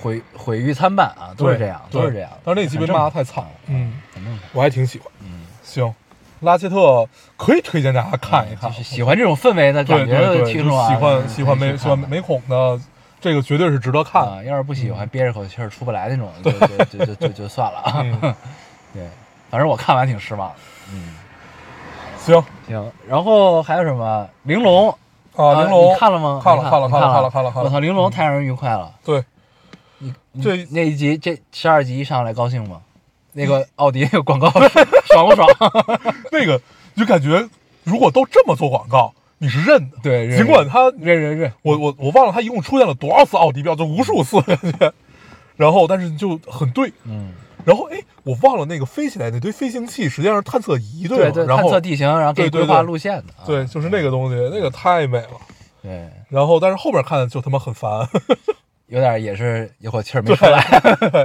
Speaker 1: 毁毁誉参半啊，都是
Speaker 2: 对
Speaker 1: 这样，
Speaker 2: 对
Speaker 1: 都是这样。
Speaker 2: 但是那集被
Speaker 1: 很正
Speaker 2: 骂
Speaker 1: 常
Speaker 2: 得太惨了，嗯，
Speaker 1: 很正常。
Speaker 2: 我还挺喜欢。
Speaker 1: 嗯，
Speaker 2: 行，拉切特可以推荐大家看一
Speaker 1: 嗯
Speaker 2: 看，
Speaker 1: 就是喜欢这种氛围的
Speaker 2: 对
Speaker 1: 感觉
Speaker 2: 对
Speaker 1: 的
Speaker 2: 对，就
Speaker 1: 听
Speaker 2: 是
Speaker 1: 众啊，
Speaker 2: 喜欢
Speaker 1: 嗯
Speaker 2: 喜欢没喜
Speaker 1: 可以去看
Speaker 2: 欢。
Speaker 1: 看
Speaker 2: 没恐的，这个绝对是值得看。
Speaker 1: 啊，要是不喜欢憋着口气儿出不来那种，就就就就就就算了啊。
Speaker 2: 嗯，
Speaker 1: 对，反正我看完挺失望的。
Speaker 2: 行
Speaker 1: 行，然后还有什么？玲珑
Speaker 2: 啊，玲珑
Speaker 1: 呃你看了吗？
Speaker 2: 看了
Speaker 1: 你
Speaker 2: 看了
Speaker 1: 你
Speaker 2: 看了
Speaker 1: 看
Speaker 2: 看了看了看
Speaker 1: 我
Speaker 2: 了
Speaker 1: 操，玲珑太让人愉快了。
Speaker 2: 对，
Speaker 1: 你
Speaker 2: 这
Speaker 1: 嗯你那一集这十二集一上来高兴吗？那个奥迪那个 广告爽不爽？
Speaker 2: 那个就感觉如果都这么做广告，你是认的。
Speaker 1: 对认
Speaker 2: 尽管他
Speaker 1: 认认认，
Speaker 2: 我我我忘了他一共出现了多少次奥迪标，就无 数次感觉。然后，但是就很对。
Speaker 1: 嗯，
Speaker 2: 然后，哎，我忘了那个飞起来那堆飞行器，实际上是探测仪
Speaker 1: 对
Speaker 2: 吗？
Speaker 1: 对，
Speaker 2: 然
Speaker 1: 探
Speaker 2: 后
Speaker 1: 测地形，然后给你
Speaker 2: 对对
Speaker 1: 规划
Speaker 2: 对
Speaker 1: 路线的啊。
Speaker 2: 对，就是那个东西，那个太美了。
Speaker 1: 对，
Speaker 2: 然后，但是后边看就他妈很烦。
Speaker 1: 有点也是一口气儿没出来。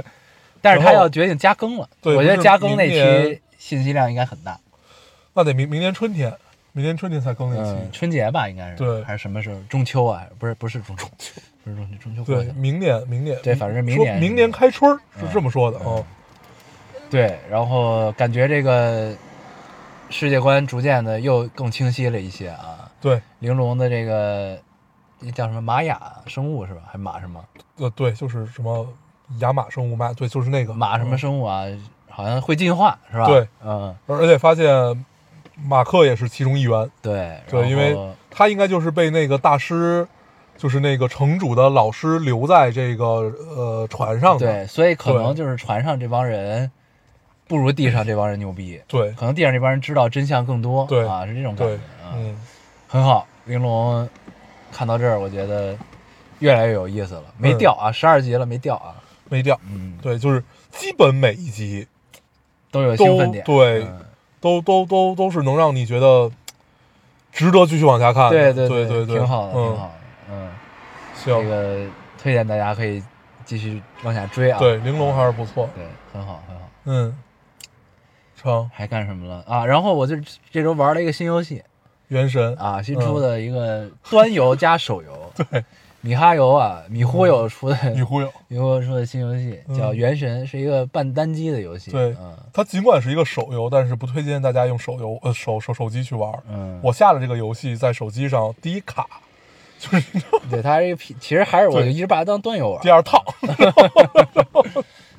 Speaker 1: 但是他
Speaker 2: 然后
Speaker 1: 要决定加更了，
Speaker 2: 对
Speaker 1: 我觉得
Speaker 2: 不是
Speaker 1: 加更那
Speaker 2: 明年
Speaker 1: 期信息量应该很大。
Speaker 2: 那得明明年春天，明年春天才更那期。
Speaker 1: 嗯，春节吧，应该是
Speaker 2: 对
Speaker 1: 还是什么时候？中秋啊？不是不是中秋，不是中秋，中秋过去
Speaker 2: 对，
Speaker 1: 了。
Speaker 2: 明年明年
Speaker 1: 对反正明
Speaker 2: 说
Speaker 1: 年嗯
Speaker 2: 明年开春儿是这么说的哦。
Speaker 1: 对，然后感觉这个世界观逐渐的又更清晰了一些啊。
Speaker 2: 对，
Speaker 1: 玲珑的这个那叫什么玛雅生物是吧？还马什么
Speaker 2: 呃对，就是什么亚马生物马，对，就是那个
Speaker 1: 马什么生物啊？好像会进化是吧？
Speaker 2: 对，
Speaker 1: 嗯，
Speaker 2: 而而且发现马克也是其中一员，
Speaker 1: 对，然
Speaker 2: 对，因为
Speaker 1: 后
Speaker 2: 他应该就是被那个大师，就是那个城主的老师留在这个呃船上的。
Speaker 1: 对，所以可能
Speaker 2: 对
Speaker 1: 就是船上这帮人不如地上这帮人牛逼，
Speaker 2: 对
Speaker 1: 可能地上这帮人知道真相更多，
Speaker 2: 对
Speaker 1: 啊，是这种感觉
Speaker 2: 对，
Speaker 1: 啊。
Speaker 2: 嗯，
Speaker 1: 很好，玲珑看到这儿，我觉得越来越有意思了，没掉
Speaker 2: 嗯
Speaker 1: 啊，十二集了没掉啊，
Speaker 2: 没掉。
Speaker 1: 嗯，
Speaker 2: 对，就是基本每一集
Speaker 1: 都有兴
Speaker 2: 都
Speaker 1: 奋点，
Speaker 2: 对
Speaker 1: 嗯
Speaker 2: 都都都都是能让你觉得值得继续往下看
Speaker 1: 对
Speaker 2: 的。
Speaker 1: 对
Speaker 2: 对对，
Speaker 1: 挺好的，
Speaker 2: 嗯
Speaker 1: 挺好的，嗯，这
Speaker 2: 行，
Speaker 1: 个推荐大家可以继续往下追啊，
Speaker 2: 对，玲珑还是不错。
Speaker 1: 对，很好很好，
Speaker 2: 嗯，成，
Speaker 1: 还干什么了啊？然后我就这周玩了一个新游戏，
Speaker 2: 原神
Speaker 1: 啊，新出的一个端游加手游， 对，米哈游啊，米忽悠出的，
Speaker 2: 你忽悠。
Speaker 1: 米忽悠出的新游戏
Speaker 2: 嗯
Speaker 1: 叫《原神》，是一个半单机的游戏。
Speaker 2: 对
Speaker 1: 嗯，
Speaker 2: 它尽管是一个手游，但是不推荐大家用手游呃手手手机去玩。
Speaker 1: 嗯
Speaker 2: 我下了这个游戏，在手机上第一卡就是
Speaker 1: 嗯对，它是一个 P，其实还是我就
Speaker 2: 对
Speaker 1: 一直把它当端游玩
Speaker 2: 第。二
Speaker 1: 啊
Speaker 2: 套。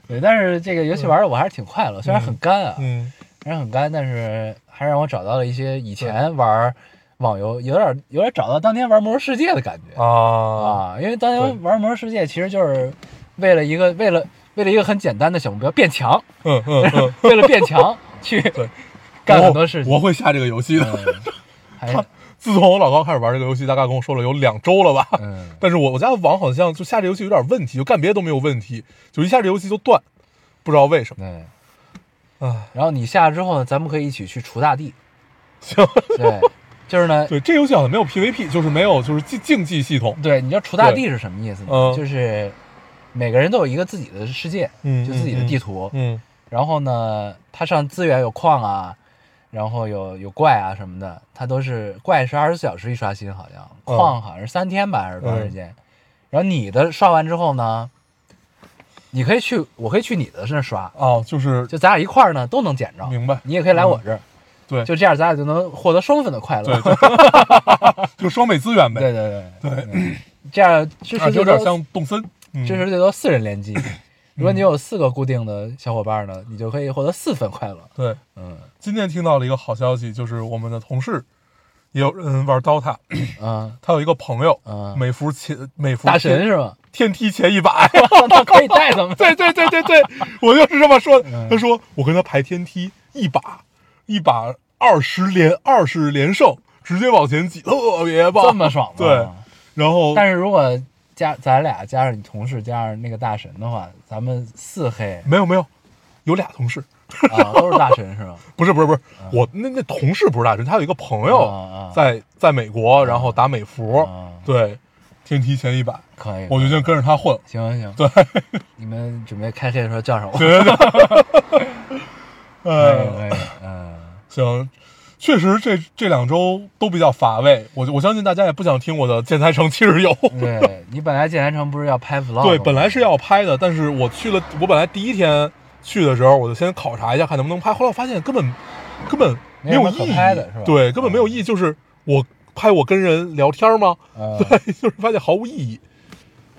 Speaker 1: 对，但是这个游戏玩的我还是挺快乐，虽然很干啊，
Speaker 2: 嗯，
Speaker 1: 虽然很干，但是还让我找到了一些以前玩网游有点有点找到当年玩《魔兽世界》的感觉
Speaker 2: 啊，
Speaker 1: 啊，因为当年
Speaker 2: 对
Speaker 1: 玩《魔兽世界》其实就是为了一个为了为了一个很简单的小目标变强，
Speaker 2: 嗯嗯嗯，
Speaker 1: 为了变 强去
Speaker 2: 对
Speaker 1: 干很多事情。
Speaker 2: 我我会下这个游戏的。
Speaker 1: 嗯还是
Speaker 2: 自从我老高开始玩这个游戏，大概跟我说了有两周了吧。
Speaker 1: 嗯，
Speaker 2: 但是我我家网好像就下这游戏有点问题，就干别的都没有问题，就一下这游戏就断，不知道为什么。
Speaker 1: 对。
Speaker 2: 唉，
Speaker 1: 然后你下了之后呢，咱们可以一起去锄大地。
Speaker 2: 行，
Speaker 1: 对，就是呢，
Speaker 2: 对，这游戏好像没有 PVP，就是没有就是竞竞技系统。
Speaker 1: 对，你知道锄大地是什么意思吗？
Speaker 2: 嗯
Speaker 1: 就是每个人都有一个自己的世界，
Speaker 2: 嗯
Speaker 1: 就自己的地图。
Speaker 2: 嗯
Speaker 1: 然后呢，它上资源有矿啊，然后有有怪啊什么的，它都是怪是二十四小时一刷新，好像
Speaker 2: 嗯
Speaker 1: 矿好像是三天吧，还是多长时间？然后你的刷完之后呢，你可以去，我可以去你的那儿刷，
Speaker 2: 哦，就是
Speaker 1: 就咱俩一块儿呢都能捡着。
Speaker 2: 明白嗯
Speaker 1: 你也可以来我这儿，
Speaker 2: 对，
Speaker 1: 就这样咱俩就能获得双份的快乐
Speaker 2: 对。就 双倍资源呗。
Speaker 1: 对对对对，这样支
Speaker 2: 啊，
Speaker 1: 持
Speaker 2: 有
Speaker 1: 最
Speaker 2: 点
Speaker 1: 多
Speaker 2: 像动森。嗯
Speaker 1: 支持最多四人联 机。如果你有四个固定的小伙伴呢，你就可以获得四份快乐。
Speaker 2: 对。
Speaker 1: 嗯
Speaker 2: 今天听到了一个好消息，就是我们的同事也有人玩 DOTA，
Speaker 1: 啊，
Speaker 2: 他有一个朋友，
Speaker 1: 嗯
Speaker 2: 美服前美 服
Speaker 1: 大神
Speaker 2: 天
Speaker 1: 是吧？
Speaker 2: 天梯前一百。
Speaker 1: 那 可以带他 们。
Speaker 2: 对对对对对，我就是这么说的
Speaker 1: 嗯。
Speaker 2: 他说我跟他排天梯，一把一把二十连二十连胜，直接往前挤，特别棒，
Speaker 1: 这么爽吗？
Speaker 2: 对，然 后
Speaker 1: 但是如果加咱俩加上你同事加上那个大神的话，咱们四 黑
Speaker 2: 没有没有，有俩同事，
Speaker 1: 啊都是大神是吧？
Speaker 2: 不是不是不是，
Speaker 1: 嗯
Speaker 2: 我那那同事不是大神，他有一个朋
Speaker 1: 啊啊
Speaker 2: 友在在美国，然后打美服
Speaker 1: 啊，
Speaker 2: 对，天梯前一百，
Speaker 1: 可以，
Speaker 2: 我就先跟着他混。
Speaker 1: 行行行，
Speaker 2: 对，
Speaker 1: 你们准备开黑的时候叫上 我。可以
Speaker 2: 呃，
Speaker 1: 可以，嗯，
Speaker 2: 行，确实这这两周都比较乏味，我我相信大家也不想听我的建材城七日游。
Speaker 1: 对你本来建南城不是要拍 vlog
Speaker 2: 对，
Speaker 1: 吗
Speaker 2: 本来是要拍的，但是我去了，我本来第一天去的时候，我就先考察一下看能不能拍，后来我发现根本根本没有
Speaker 1: 没什么
Speaker 2: 意
Speaker 1: 可
Speaker 2: 义，
Speaker 1: 拍的是吧
Speaker 2: 对，根本没有意义，就是我拍我跟人聊天吗？
Speaker 1: 嗯
Speaker 2: 对，就是发现毫无意义。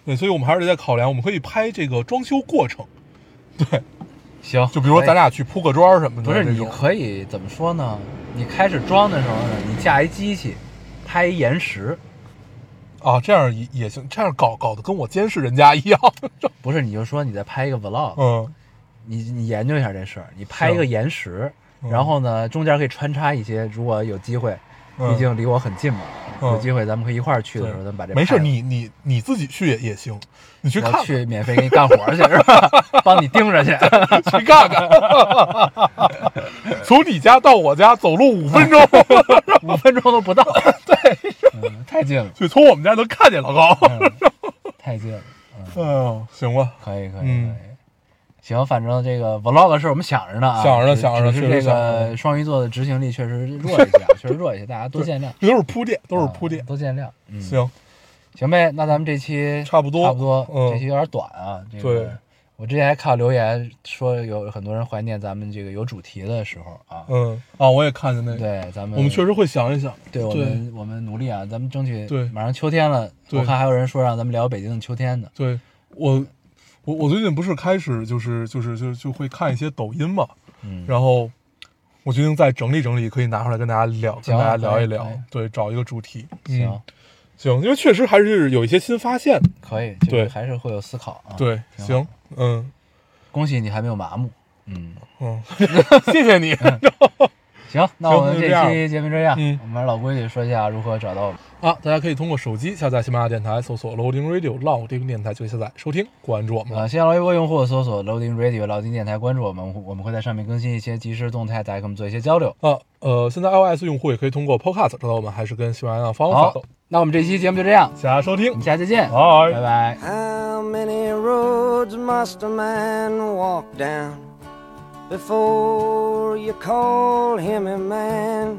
Speaker 2: 对，所以我们还是得在考量，我们可以拍这个装修过程，
Speaker 1: 行，
Speaker 2: 就比如说
Speaker 1: 可以
Speaker 2: 咱俩去铺个砖儿什么的，
Speaker 1: 哎不是，
Speaker 2: 这
Speaker 1: 你
Speaker 2: 种
Speaker 1: 可以怎么说呢？你开始装的时候呢，你架一机器，拍一延时，
Speaker 2: 啊，这样也也行，这样搞搞得跟我监视人家一样。
Speaker 1: 不是，你就说你在拍一个 vlog，、
Speaker 2: 嗯，
Speaker 1: 你你研究一下这事儿，你拍一个延时，
Speaker 2: 嗯
Speaker 1: 然后呢，中间可以穿插一些，如果有机会，
Speaker 2: 嗯
Speaker 1: 毕竟离我很近嘛，
Speaker 2: 嗯
Speaker 1: 有机会咱们可以一块儿去的时候，
Speaker 2: 对
Speaker 1: 咱们把这
Speaker 2: 没事
Speaker 1: 拍
Speaker 2: 儿，
Speaker 1: 了
Speaker 2: 你你你自己去也也行，你去
Speaker 1: 我
Speaker 2: 看
Speaker 1: 要
Speaker 2: 看
Speaker 1: 去免费给你干活去是吧？ 帮你盯着去，
Speaker 2: 去看看。 从你家到我家走路五分 钟，
Speaker 1: 五分钟都 不到，对、嗯，太近了，
Speaker 2: 就从我们家能看见老高。
Speaker 1: 太近了，
Speaker 2: 哎呦，行吧，
Speaker 1: 可以可以。可以
Speaker 2: 嗯
Speaker 1: 行，反正这个 vlog 的事儿我们想着呢啊，
Speaker 2: 想着呢
Speaker 1: 只
Speaker 2: 想着呢
Speaker 1: 只是
Speaker 2: 确
Speaker 1: 这
Speaker 2: 实想着
Speaker 1: 个双鱼座的执行力确实弱一些 啊，确实弱一些，大家多见谅，
Speaker 2: 这都是铺垫，都是
Speaker 1: 啊
Speaker 2: 铺垫。
Speaker 1: 多见谅。嗯，
Speaker 2: 行，
Speaker 1: 行呗，那咱们这期
Speaker 2: 差不多
Speaker 1: 差不多，
Speaker 2: 嗯
Speaker 1: 这期有点短啊。这个、
Speaker 2: 对，
Speaker 1: 我之前还看到留言说有很多人怀念咱们这个有主题的时候啊。
Speaker 2: 嗯啊，我也看见那个，
Speaker 1: 对，咱们
Speaker 2: 我们确实会想一想。
Speaker 1: 对我们我们努力啊，咱们争取
Speaker 2: 对
Speaker 1: 马上秋天了，
Speaker 2: 对
Speaker 1: 我看还有人说让咱们聊北京的秋天呢。
Speaker 2: 对，我我我最近不是开始就是就是就就会看一些抖音嘛，
Speaker 1: 嗯，
Speaker 2: 然后我决定再整理整理，可以拿出来跟大家聊，
Speaker 1: 行
Speaker 2: 跟
Speaker 1: 啊
Speaker 2: 大家聊一聊
Speaker 1: 可以可以。
Speaker 2: 对，找一个主题。嗯
Speaker 1: 行，
Speaker 2: 行，因为确实还是有一些新发现的。
Speaker 1: 可以，这个
Speaker 2: 对
Speaker 1: 还是会有思考啊。，
Speaker 2: 对，
Speaker 1: 挺
Speaker 2: 行，嗯
Speaker 1: 恭喜你还没有麻木。嗯，
Speaker 2: 嗯， 谢谢你。
Speaker 1: 行，那
Speaker 2: 行
Speaker 1: 我们
Speaker 2: 那就
Speaker 1: 这
Speaker 2: 这样
Speaker 1: 期节目这样，
Speaker 2: 嗯
Speaker 1: 我们老规矩说一下如何找到我们。
Speaker 2: 啊，大家可以通过手机下载喜马拉雅电台，搜索 Loading Radio 浪丁电台就可以下载收听，关注我们了。
Speaker 1: 啊，新浪微博用户搜索 Loading Radio 老丁电台，关注我们，我们会在上面更新一些即时动态，大家跟我们做一些交流。
Speaker 2: 啊，呃，现在 iOS 用户也可以通过 Podcast 找到我们，还是跟喜马拉雅一样方法
Speaker 1: 好
Speaker 2: 的。，
Speaker 1: 那我们这期节目就这样，
Speaker 2: 谢谢大家收听
Speaker 1: 我们，下期见，
Speaker 2: 拜
Speaker 1: 拜。拜。
Speaker 3: How many roads must a man walk down before you call him a man?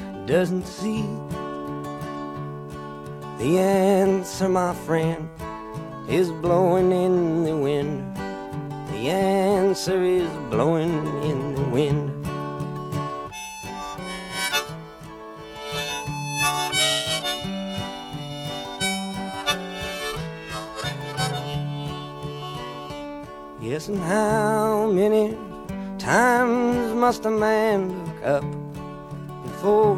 Speaker 3: doesn't see? The answer, my friend, is blowing in the wind. The answer is blowing in the wind. Yes, and how many times must a man look up before